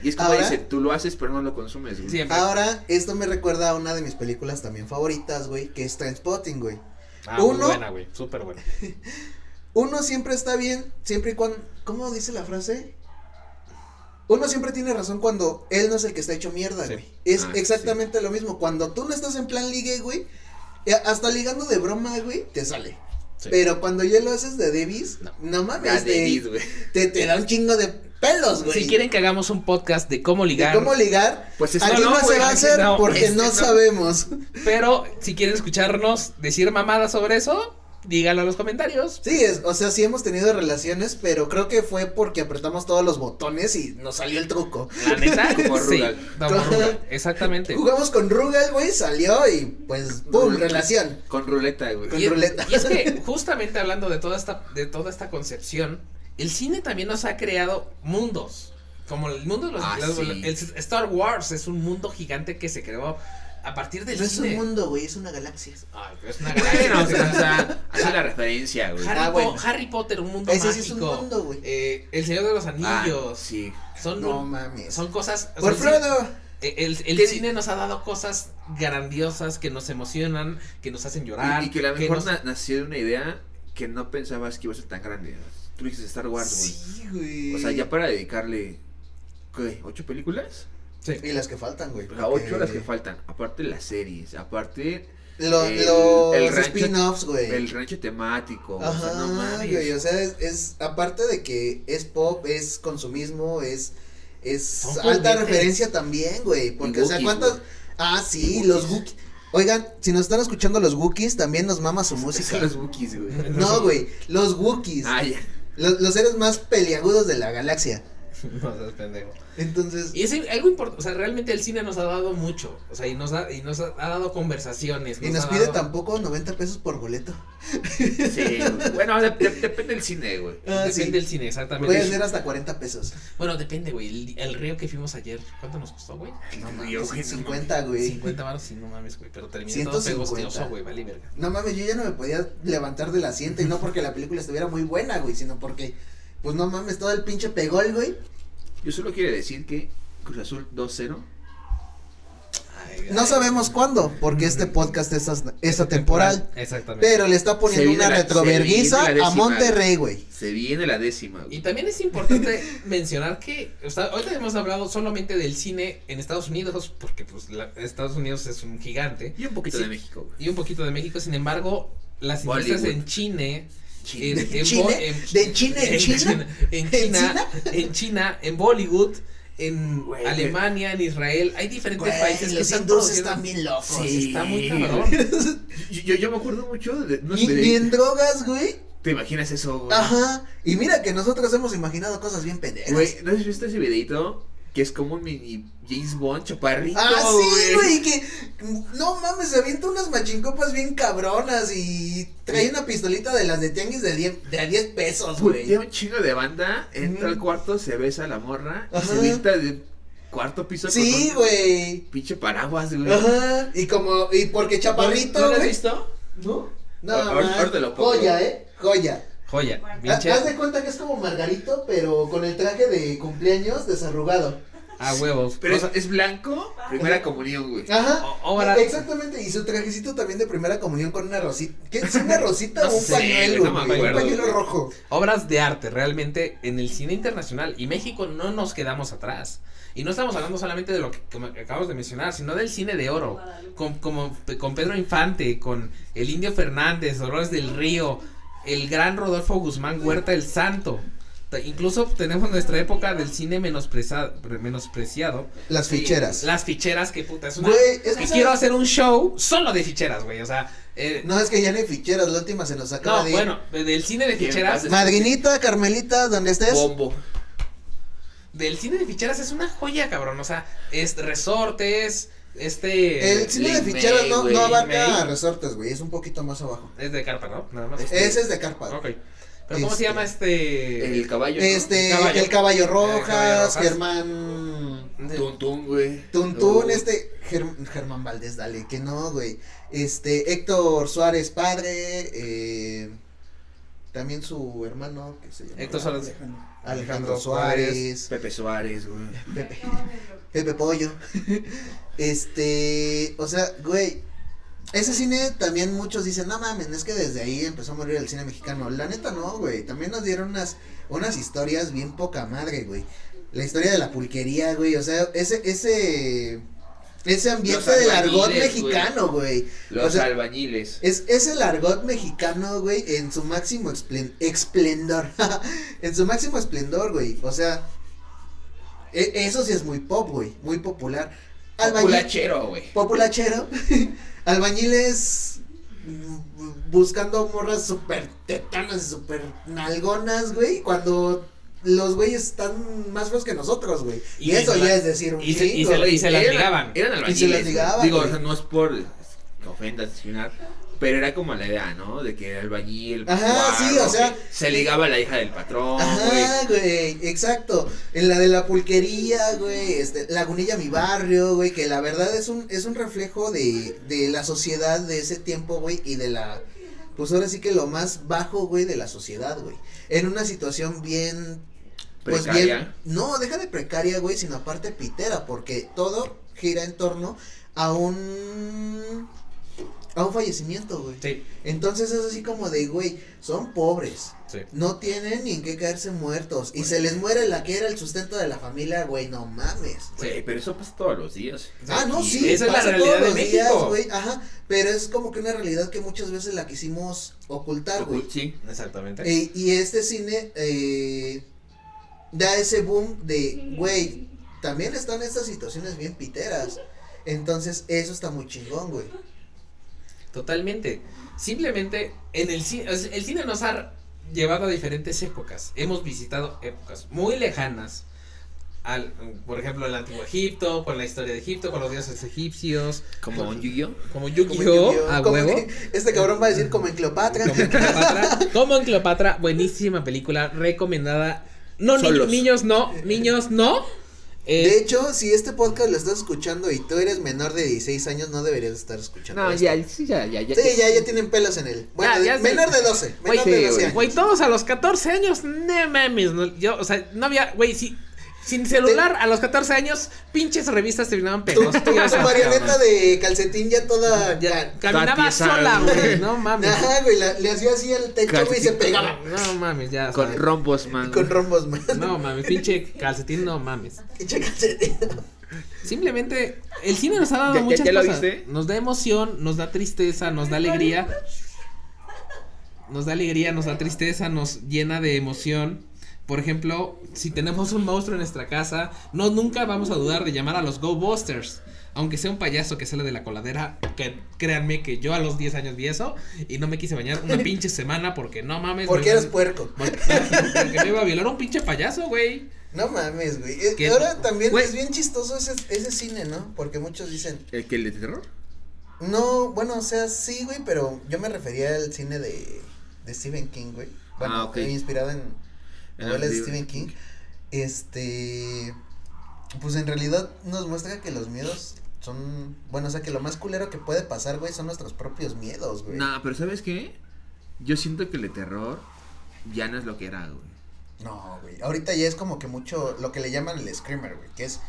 C: Y es como
B: Ahora-
C: dice, tú lo haces, pero no lo consumes, güey.
A: Siempre.
B: Ahora, esto me recuerda a una de mis películas también favoritas, güey, que es Spotting, güey.
A: Ah, muy
B: uno-
A: buena, güey. Súper buena.
B: Uno siempre está bien, siempre y cuando. ¿Cómo dice la frase? Uno siempre tiene razón cuando él no es el que está hecho mierda,
A: Sí.
B: güey. Es
C: Ah,
B: exactamente lo mismo. Cuando tú no estás en plan ligue, güey, eh, hasta ligando de broma, güey, te sale.
A: Sí.
B: Pero cuando ya lo haces de Davis, no,
A: No.
C: Ya
B: mames,
C: de
B: te-
C: Edith, güey.
B: Te, te da un chingo de pelos, güey.
A: Si quieren que hagamos un podcast de cómo
B: De
A: ligar,
B: cómo ligar,
C: Pues es
A: Ay,
B: aquí
A: no,
B: no,
A: no,
B: se
A: güey,
B: va a
A: aquí
B: hacer
A: no,
B: porque
C: este
B: no,
C: no.
B: sabemos.
A: pero si quieren escucharnos decir mamadas sobre eso, díganlo en los comentarios.
B: Sí, es, o sea, sí hemos tenido relaciones, pero creo que fue porque apretamos todos los botones y nos salió el truco.
A: La neta,
C: Como
A: sí,
C: Rugal.
A: como Rugal, Exactamente.
B: Jugamos con Rugal, güey, salió y pues, ¡pum!
C: Ruleta.
B: Relación.
C: Con ruleta, güey.
B: Con
A: Y es,
B: ruleta.
A: y es que justamente hablando de toda esta de toda esta concepción, el cine también nos ha creado mundos, como el mundo de los,
C: Ah,
A: los-
C: sí.
A: el Star Wars es un mundo gigante que se creó a partir del
B: No es
A: cine.
B: un mundo, güey, es una galaxia.
A: Ay, pero es una
C: Bueno, o
A: galaxia.
C: sea, hace la referencia, güey.
A: Harry,
B: Ah,
A: Po-
B: bueno.
A: Harry Potter, un mundo
B: Ese sí es un
A: mágico.
B: mundo, güey.
A: Eh, el Señor de los
C: Ah,
A: Anillos.
C: sí.
A: son,
B: No mames.
A: son cosas. o
B: Por
A: sea, el cine-
B: Frodo.
A: El, el
C: ¿Qué-
A: cine nos ha dado cosas grandiosas que nos emocionan, que nos hacen llorar.
C: Y, y Ah, que a lo mejor
A: nos-
C: na- nació de una idea que no pensabas que iba a ser tan grande. Tú dices Star Wars, güey.
B: Sí, güey.
C: O sea, ya para dedicarle, ¿qué? ¿Ocho películas?
A: Sí.
B: Y las que faltan, güey.
C: O sea, ocho
B: porque
C: las que faltan. Aparte las series, aparte
B: lo-
C: El-
B: los
C: el rancho-
B: spin-offs, güey.
C: el rancho temático. o sea, no
B: Ajá,
C: mames.
B: güey, o sea, es, es- aparte de que es pop, es consumismo, es es
A: Son
B: alta
A: juguetes.
B: referencia también, güey, porque o sea,
C: Wookiees,
B: cuántas
C: güey.
B: Ah, sí,
C: Y
B: los
C: Wookiees.
B: Wookiees. Oigan, si nos están escuchando los Wookiees, también nos mama su
C: Son
B: música.
C: los Wookiees, güey.
B: No, güey, los Wookiees,
C: Ah, ya.
B: los, los seres más peliagudos de la galaxia.
A: No seas pendejo.
B: Entonces,
A: Y es algo importante, o sea, realmente el cine nos ha dado mucho, o sea, y nos ha, y nos ha, ha dado conversaciones.
B: y nos
A: ha
B: pide
A: dado-
B: tampoco 90 pesos por boleto.
C: Sí, güey. bueno, de- de- depende del cine, güey.
B: Ah,
A: Depende
B: sí.
A: del cine, exactamente.
B: Puede ser hasta 40 pesos.
A: Bueno, depende, güey, el, el río que fuimos ayer, ¿cuánto nos costó, güey?
B: No
C: Yo,
B: mames,
C: güey, no
B: 50, güey.
A: 50 baros, sí, no mames, güey, pero terminé todo
B: 150.
A: pegostioso, güey, vale verga.
B: No mames, yo ya no me podía levantar del asiento y no porque la película estuviera muy buena, güey, sino porque, pues no mames, todo el pinche pegol, güey.
C: Yo solo quiero decir que Cruz Azul 2-0.
A: Ay,
B: No
A: ay.
B: sabemos cuándo, porque este podcast es as- es atemporal,
A: Exactamente.
B: pero le está
C: Se
B: poniendo
C: viene
B: una
C: la- se
B: retroverguiza
C: viene la
B: a
C: décima.
B: Monterrey, güey.
C: Se viene la décima,
A: Y
C: güey.
A: también es importante mencionar que, o sea, ahorita hemos hablado solamente del cine en Estados Unidos, porque pues la- Estados Unidos es un gigante,
C: Y un poquito
A: Sí.
C: de México, güey.
A: y un poquito de México, sin embargo, las industrias
C: Bollywood.
A: en China
C: Chile.
A: en,
B: ¿De
A: en
B: China?
A: Bo- en-
B: ¿De China en China?
A: En
B: ¿En
A: China, en China, en Bollywood, en
C: Güey.
A: Alemania, en Israel, hay diferentes
B: Güey,
A: países que
B: los
A: están
B: hindúes
A: produciendo-
B: están bien locos.
A: Sí, está muy cabrón.
C: Yo, yo- yo me acuerdo mucho de. no
B: Ni,
C: sé,
B: ni en drogas, güey.
C: ¿Te imaginas eso, güey?
B: Ah, Ajá. Y mira que nosotros hemos imaginado cosas bien pendejas.
C: Güey, ¿no has visto ese videito que es como un mini James Bond chaparrito.
B: Ah, sí,
C: güey.
B: güey, que no mames, se avienta unas machincopas bien cabronas y trae
C: Sí.
B: una pistolita de las de tianguis de 10 de a 10 pesos,
C: Putea
B: güey.
C: un chingo de banda, entra
B: Ujú.
C: al cuarto, se besa a la morra, y
B: Ajá.
C: se dicta de cuarto piso
B: Sí,
C: con un
B: güey.
C: pinche paraguas, güey.
B: Ajá, y como y porque chaparrito,
C: ¿No, ¿No lo has
B: güey.
C: visto?
B: ¿No?
C: Ahor-
B: No,
C: ahor-
B: más.
C: ahorita lo pongo.
B: Joya, eh. Joya.
A: Joya.
B: Ha-
A: Pinche.
B: Haz de cuenta que es como Margarito, pero con el traje de cumpleaños desarrugado.
A: A Ah, huevos.
C: Pero
A: O
C: es,
A: sea,
C: es blanco, primera comunión, güey.
B: Ajá.
A: O- ahora-
B: Exactamente, y su trajecito también de primera comunión con una rosita. ¿Qué es una rosita
A: No
B: o un
A: sé,
B: pañuelo?
C: no me
B: güey? un
C: acuerdo,
B: pañuelo
C: güey.
B: rojo.
A: obras de arte realmente en el cine internacional y México no nos quedamos atrás. Y no estamos hablando solamente de lo que, como acabamos de mencionar, sino del cine de oro. Con, como, con Pedro Infante, con el Indio Fernández, Dolores del Río, el gran Rodolfo Guzmán Huerta el Santo. Te- Incluso tenemos nuestra época del cine menospreza- menospreciado.
B: Las ficheras.
A: Las ficheras, que puta, es una...
B: Güey, es
A: que
B: que
A: quiero
B: ¿sabes?
A: hacer un show solo de ficheras, güey. O sea, eh, no,
B: No, es que ya no hay ficheras, la última se nos acaba de ir.
A: bueno, del cine de
C: Bien,
A: ficheras.
C: gracias.
B: Madrinita, Carmelita, donde estés.
C: Bombo.
A: Del cine de ficheras es una joya, cabrón. O sea, es resortes, este.
B: el cine de
C: Lin
B: ficheras
C: May,
B: no,
C: güey,
B: no
A: Lin
B: abarca
A: May.
B: resortes, güey, es un poquito más abajo.
A: Es de carpa, ¿no? Nada más.
C: Este-
B: Ese es de carpa.
A: Ok. Pero ¿cómo se
B: Este-
A: llama este?
C: El caballo. ¿no?
B: Este,
A: El caballo.
B: el caballo
A: El caballo
B: rojas,
A: rojas.
B: Germán
C: Tuntún, güey.
B: Tuntún,
C: No.
B: este, Germ- Germán Valdés, dale, que no, güey. Este, Héctor Suárez, padre, eh, también su hermano, que se llama
A: Héctor Suárez.
B: Alejandro Suárez,
C: Pepe Suárez, güey.
B: Pepe, Pepe Pollo. Este, o sea, güey, ese cine también muchos dicen, no mames, es que desde ahí empezó a morir el cine mexicano. La neta no, güey, también nos dieron unas, unas historias bien poca madre, güey. La historia de la pulquería, güey, o sea, ese, ese, ese ambiente
C: Los
B: del argot
C: albañiles, güey.
B: mexicano, güey.
C: Los
B: O sea,
C: albañiles.
B: Es, es el argot mexicano, güey, en su máximo explen- esplendor. en su máximo esplendor, güey. O sea, e- eso sí es muy pop, güey. Muy popular. Albañil.
C: Culachero, güey.
B: Populachero. Albañiles mm, buscando morras súper tetanas, súper nalgonas, güey. Cuando los güeyes están más feos que nosotros, güey. Y,
A: Y se
B: eso
A: la-
B: ya es decir un
A: y se- y
B: chingo,
A: se la- y
B: güey.
A: se las
C: Eran-
A: ligaban.
C: Eran
B: Y
C: albañiles.
B: se las ligaban,
C: Digo,
B: güey.
C: o sea, no es por eh, que ofenda, discriminar, pero era como la idea, ¿no? De que era albañil.
B: Ajá, sí, o
C: que
B: sea-
C: Se ligaba a la hija del patrón, güey.
B: Ajá, güey, exacto. En la de la pulquería, güey, este, Lagunilla mi barrio, güey, que la verdad es un, es un reflejo de, de la sociedad de ese tiempo, güey, y de la, pues ahora sí que lo más bajo, güey, de la sociedad, güey. En una situación bien, pues
C: Precaria.
B: bien, no, deja de precaria, güey, sino aparte pitera, porque todo gira en torno a un, a un fallecimiento, güey.
A: Sí,
B: Entonces es así como de, güey, son pobres.
A: sí.
B: No tienen ni en qué caerse muertos. Y se les muere la que era el sustento de la familia, güey, no mames.
C: Güey, pero eso pasa todos los días.
B: Ah, no,
C: Y
B: sí.
A: esa es la
B: pasa
A: realidad
B: todos
A: de
B: los días,
A: México.
B: güey, ajá, pero es como que una realidad que muchas veces la quisimos ocultar, güey.
C: Sí.
A: Exactamente.
B: Eh, y este cine eh, da ese boom de, güey, también están estas situaciones bien piteras. Entonces, eso está muy chingón, güey.
A: Totalmente. Simplemente en el cine, el cine nos ha llevado a diferentes épocas. Hemos visitado épocas muy lejanas. Al, por ejemplo, el antiguo Egipto, con la historia de Egipto, con los dioses egipcios,
C: Como un yuyo.
A: como
B: Como
A: Yu-Gi-Oh, a
B: como
A: huevo.
B: que Este cabrón va a decir como en Cleopatra.
A: Como en Cleopatra. Como en Cleopatra, buenísima película, recomendada. No, ni-
C: Solos.
A: niños no, niños no. Eh,
B: De hecho, si este podcast lo estás escuchando y tú eres menor de 16 años, no deberías estar escuchando. esto.
C: sí, ya, ya, ya.
B: Sí, ya, ya tienen pelos en él. Bueno,
A: Ya, ya
B: de-
A: sí.
B: menor de 12.
A: Güey,
B: Menor
A: sí,
B: de 12
C: güey.
B: años.
A: Güey, todos a los 14 años, no mames, no, yo, o sea, no había, güey, sí, sin celular a los 14 años, pinches revistas terminaban pegosas.
B: Tu- Tu marioneta de calcetín ya toda.
A: Ya,
B: Ya.
A: caminaba
C: Tatizada,
A: sola, güey,
B: güey.
A: no mames.
B: Ajá, güey, la- le hacía así al techo, güey, y se
C: Calcetín.
B: pegaba.
A: No mames, ya. o
C: Con
A: sea,
C: rombos, man.
B: Con rombos, man.
A: No mames, pinche calcetín, no mames.
B: Pinche calcetín.
A: Simplemente, el cine nos ha dado
C: Ya- ya-
A: muchas
C: ya lo
A: cosas.
C: viste.
A: Nos da emoción, nos da tristeza, nos da alegría. Nos da alegría, nos da tristeza, nos llena de emoción. Por ejemplo, si tenemos un monstruo en nuestra casa, no nunca vamos a dudar de llamar a los Go Busters. Aunque sea un payaso que sale de la coladera, que créanme que yo a los 10 años vi eso y no me quise bañar una pinche semana porque no mames.
B: Porque
A: me-
B: eras puerco.
A: porque, porque me iba a violar un pinche payaso, güey.
B: No mames, güey. Eh,
A: ¿Qué?
B: Ahora también
A: Güey.
B: es bien chistoso ese, ese cine, ¿no? Porque muchos dicen,
C: ¿El que el de terror?
B: no, bueno, o sea, sí, güey, pero yo me refería al cine de, de Stephen King, güey. Bueno,
C: Ah, ok.
B: eh, inspirado en
C: Ah,
B: novelas de
C: digo-
B: Stephen King. Este, pues en realidad nos muestra que los miedos son, bueno, o sea, que lo más culero que puede pasar, güey, son nuestros propios miedos, güey.
C: No, pero ¿sabes qué? Yo siento que el de terror ya no es lo que era, güey.
B: No, güey. Ahorita ya es como que mucho lo que le llaman el screamer, güey, que es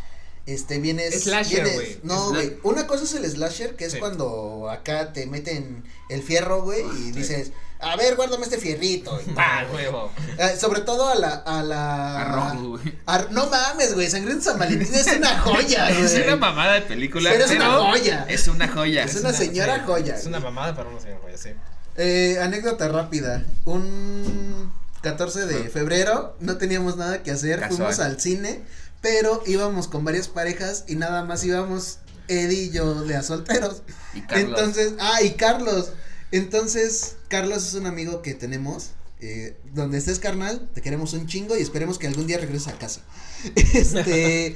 B: este viene
A: Slasher,
B: viene-
A: güey.
B: No,
C: Sla-
B: güey. Una cosa es el slasher, que es
A: Sí.
B: cuando acá te meten el fierro, güey, y dices, "A ver, guárdame este fierrito." Y pa,
A: ¡Pah,
B: güey.
A: huevo!
B: Ah, sobre todo a la a la
C: A rojo, güey.
B: a- no mames, güey, Sangriento San Valentín es una joya, güey.
C: Es una mamada de película.
B: Pero es una joya.
C: Es una joya.
B: Es una señora joya,
A: Es
B: güey.
A: una mamada para una señora joya, sí.
B: Eh, anécdota rápida. Un 14 de febrero no teníamos nada que hacer,
C: Casual.
B: fuimos al cine, pero íbamos con varias parejas y nada más íbamos Eddie y yo de a solteros.
C: Y Carlos.
B: Entonces, ah, y Carlos. Entonces, Carlos es un amigo que tenemos. eh, donde estés, carnal, te queremos un chingo y esperemos que algún día regreses a casa. Este.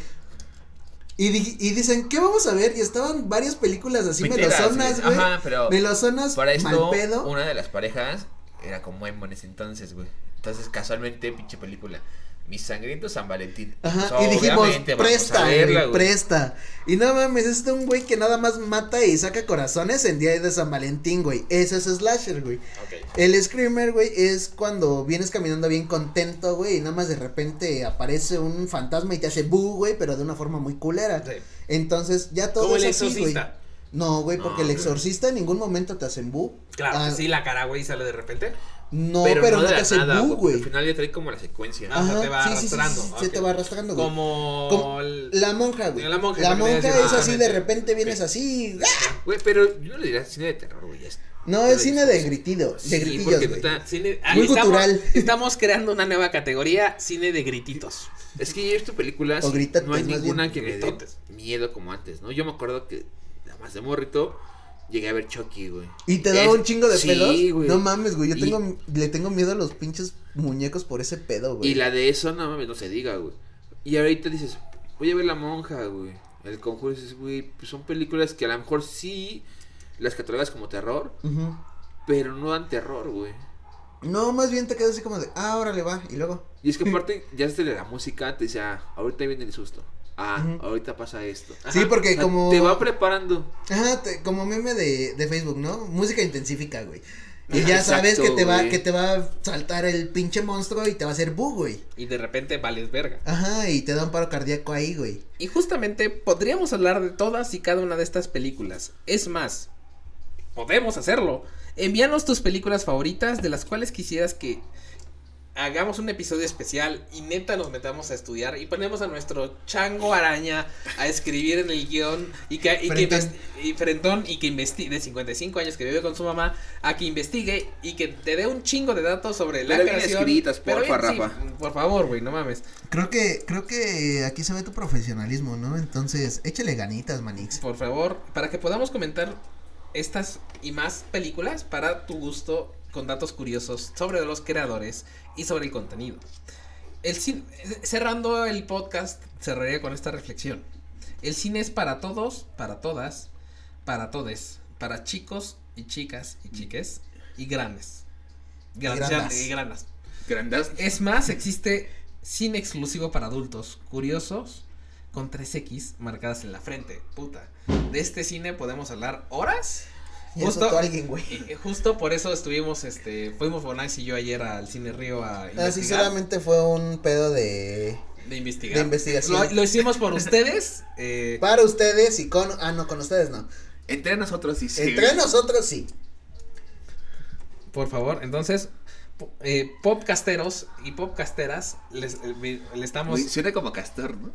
B: Y, di- y dicen, ¿qué vamos a ver? Y estaban varias películas así
C: Mentiras,
B: melosonas,
C: güey.
B: güey.
C: Ajá, pero
B: Melosonas,
C: para
B: mal
C: esto,
B: pedo.
C: una de las parejas era como emo en ese entonces, güey. Entonces, casualmente, pinche película. Mis sangrientos San Valentín.
B: Ajá,
C: Pues,
B: y dijimos,
C: obviamente, vamos a
B: presta,
C: verla,
B: güey,
C: güey.
B: presta. Y no mames, es de un güey que nada más mata y saca corazones en día de San Valentín, güey. Ese es slasher, güey.
A: Ok.
B: El screamer, güey, es cuando vienes caminando bien contento, güey, y nada más de repente aparece un fantasma y te hace bu, güey, pero de una forma muy culera. Entonces, ya todo
A: Como el
B: es así, güey.
A: exorcista.
B: No, güey, porque el
C: No,
B: exorcista en ningún momento te hacen bu.
A: Claro,
B: Ah,
A: que sí, la cara, güey, sale de repente.
B: No, pero, no,
C: de
B: te
C: la
B: hacen
C: nada,
B: bu,
C: porque
B: güey.
C: Al final ya trae como la secuencia.
A: Ah,
B: Ajá,
A: te va
B: sí, sí, sí,
A: arrastrando,
B: sí, sí,
A: ok.
B: te va arrastrando, güey.
A: Como.
B: Como
A: el-
B: La monja, güey.
A: La monja,
B: La
A: lo que te
B: monja
A: decía,
B: es así, de
A: exactamente.
B: repente vienes
A: Sí.
B: así. ¡ah!
C: Güey, pero yo no le diría cine de terror, güey. ya es-
B: No,
C: Pero
B: es cine de
C: sí,
B: gritido, de
C: sí,
B: gritillos,
C: porque
B: güey.
C: neta,
A: Cine, ah,
B: Muy
A: estamos-
B: cultural.
A: Estamos creando una nueva categoría, cine de grititos.
C: Es que yo he visto películas.
B: O gritotes,
C: no hay
B: más
C: ninguna
B: bien.
C: que me dé
A: Gritotes.
C: miedo como antes, ¿no? Yo me acuerdo que, nada más de morrito, llegué a ver Chucky, güey.
B: Y te daba
C: Es-
B: un chingo de
C: sí,
B: pelos.
C: güey.
B: No mames, güey. Yo
C: Y-
B: tengo, le tengo miedo a los pinches muñecos por ese pedo, güey.
C: Y la de eso, no mames, no se diga, güey. Y ahorita dices, voy a ver La Monja, güey. El Conjuro, dices, güey, pues son películas que a lo mejor sí las catalogas como terror,
B: Ujú.
C: pero no dan terror, güey.
B: No, más bien te quedas así como de, ah, órale, va. Y luego,
C: Y es que aparte, ya desde la música te dice, ah, ahorita viene el susto. Ah,
B: Ujú.
C: ahorita pasa esto.
B: Sí, porque
C: O sea,
B: como-
C: Te va preparando.
B: ajá, te- como meme de, de Facebook, ¿no? Música intensifica, güey. Y
C: Ajá,
B: ya sabes que
C: exacto,
B: te va,
C: güey.
B: que te va a saltar el pinche monstruo y te va a hacer bu, güey.
A: Y de repente vales verga.
B: Ajá, y te da un paro cardíaco ahí, güey.
A: Y justamente podríamos hablar de todas y cada una de estas películas. Es más, podemos hacerlo. Envíanos tus películas favoritas de las cuales quisieras que hagamos un episodio especial y neta nos metamos a estudiar y ponemos a nuestro chango araña a escribir en el guión y que, y que
B: Frentón.
A: investi- y Frentón y que investigue, de 55 años que vive con su mamá, a que investigue y que te dé un chingo de datos sobre la
C: Pero bien
A: creación.
C: escritas,
A: Pero
C: porfa,
A: bien, sí,
C: Rafa.
A: por favor, güey, no mames.
B: Creo que, creo que aquí se ve tu profesionalismo, ¿no? Entonces, échale ganitas, Manix.
A: por favor, para que podamos comentar estas y más películas para tu gusto con datos curiosos sobre los creadores y sobre el contenido. El cin- cerrando el podcast, cerraría con esta reflexión. El cine es para todos, para todas, para todes, para chicos y chicas y chiques y grandes. Grandes,
B: grandas.
A: y grandas.
C: Grandas.
A: Es más, existe cine exclusivo para adultos curiosos con 3X marcadas en la frente. Puta. De este cine podemos hablar horas.
B: Y eso
A: Justo-
B: tú alguien, güey.
A: Y justo por eso estuvimos, este, fuimos Bonais y yo ayer al Cine Río a investigar.
B: Así Ah, solamente fue un pedo de
A: de investigar.
B: de investigación.
A: Lo, lo hicimos por ustedes. eh,
B: Para ustedes y con. Ah, no, con ustedes no.
C: Entre nosotros y
B: Entre nosotros sí.
A: por favor, entonces, po- eh, popcasteros y popcasteras, les, eh, vi- le estamos...
C: Suena como castor, ¿no?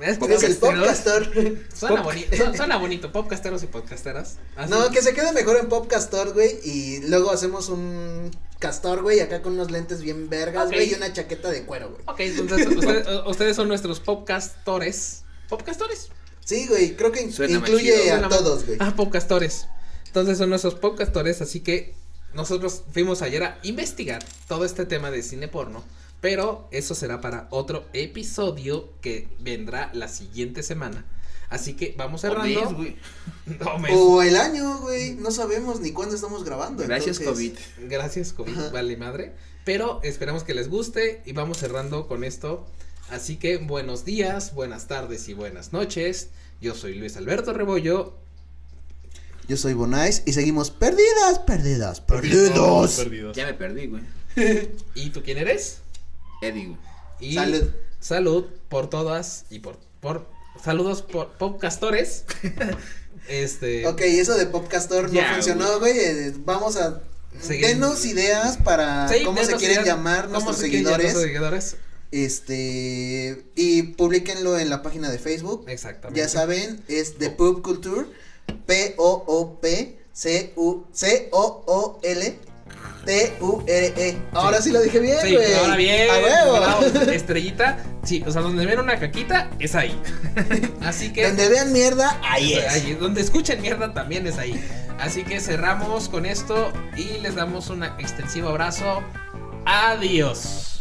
A: Es que
B: Es el
C: Popcasteros.
B: podcastor.
A: suena,
C: Pop-
A: boni- su- suena bonito, popcasteros y popcasteras. Así-
B: No, que se quede mejor en podcastor, güey. Y luego hacemos un castor, güey, acá con unos lentes bien vergas,
A: Ok.
B: güey, y una chaqueta de cuero, güey.
A: Ok, entonces ustedes, u- ustedes son nuestros podcastores. ¿Podcastores?
B: Sí, güey, creo que in-
C: Suena más
B: incluye
C: chido.
B: a
A: Suena más-
B: todos, güey.
A: Ah, podcastores. Entonces son nuestros podcastores, así que nosotros fuimos ayer a investigar todo este tema de cine porno. Pero eso será para otro episodio que vendrá la siguiente semana. Así que vamos
C: O
A: cerrando. Uh,
C: mes, güey.
A: No, mes.
B: O el año, güey. No sabemos ni cuándo estamos grabando.
C: Gracias,
B: entonces.
C: COVID.
A: Gracias, COVID,
B: Ajá.
A: vale madre. Pero esperamos que les guste y vamos cerrando con esto. Así que buenos días, buenas tardes y buenas noches. Yo soy Luis Alberto Rebollo.
B: Yo soy Bonais y seguimos perdidas, perdidas, perdidos.
C: Ya me perdí, güey.
A: ¿Y tú quién eres?
C: Eddie, güey.
A: Y
B: Salud.
A: Salud por todas y por. por saludos por podcastores. este.
B: Ok, eso de Popcastor no
C: Ya,
B: funcionó, güey. eh, Vamos a.
A: Seguir.
B: Denos ideas para
A: sí,
B: cómo se
A: denos
B: quieren
A: ideas,
B: llamar
A: cómo
B: nuestros
A: se quieren llamar
B: seguidores.
A: nuestros seguidores.
B: Este. Y publiquenlo en la página de Facebook.
A: Exactamente.
B: Ya saben, es
A: Oh.
B: The Pop Culture. P-O-O-P-C-U-C-O-O-L-T-U-R-E. E. Ahora sí lo dije bien,
A: Sí,
B: güey.
A: ahora bien.
B: A huevo.
A: bravo, Estrellita. Sí, o sea, donde ven una caquita es ahí. Así que.
B: Donde vean mierda, ahí
A: Ahí
B: es.
A: es. Donde escuchen mierda también es ahí. Así que cerramos con esto y les damos un extensivo abrazo. Adiós.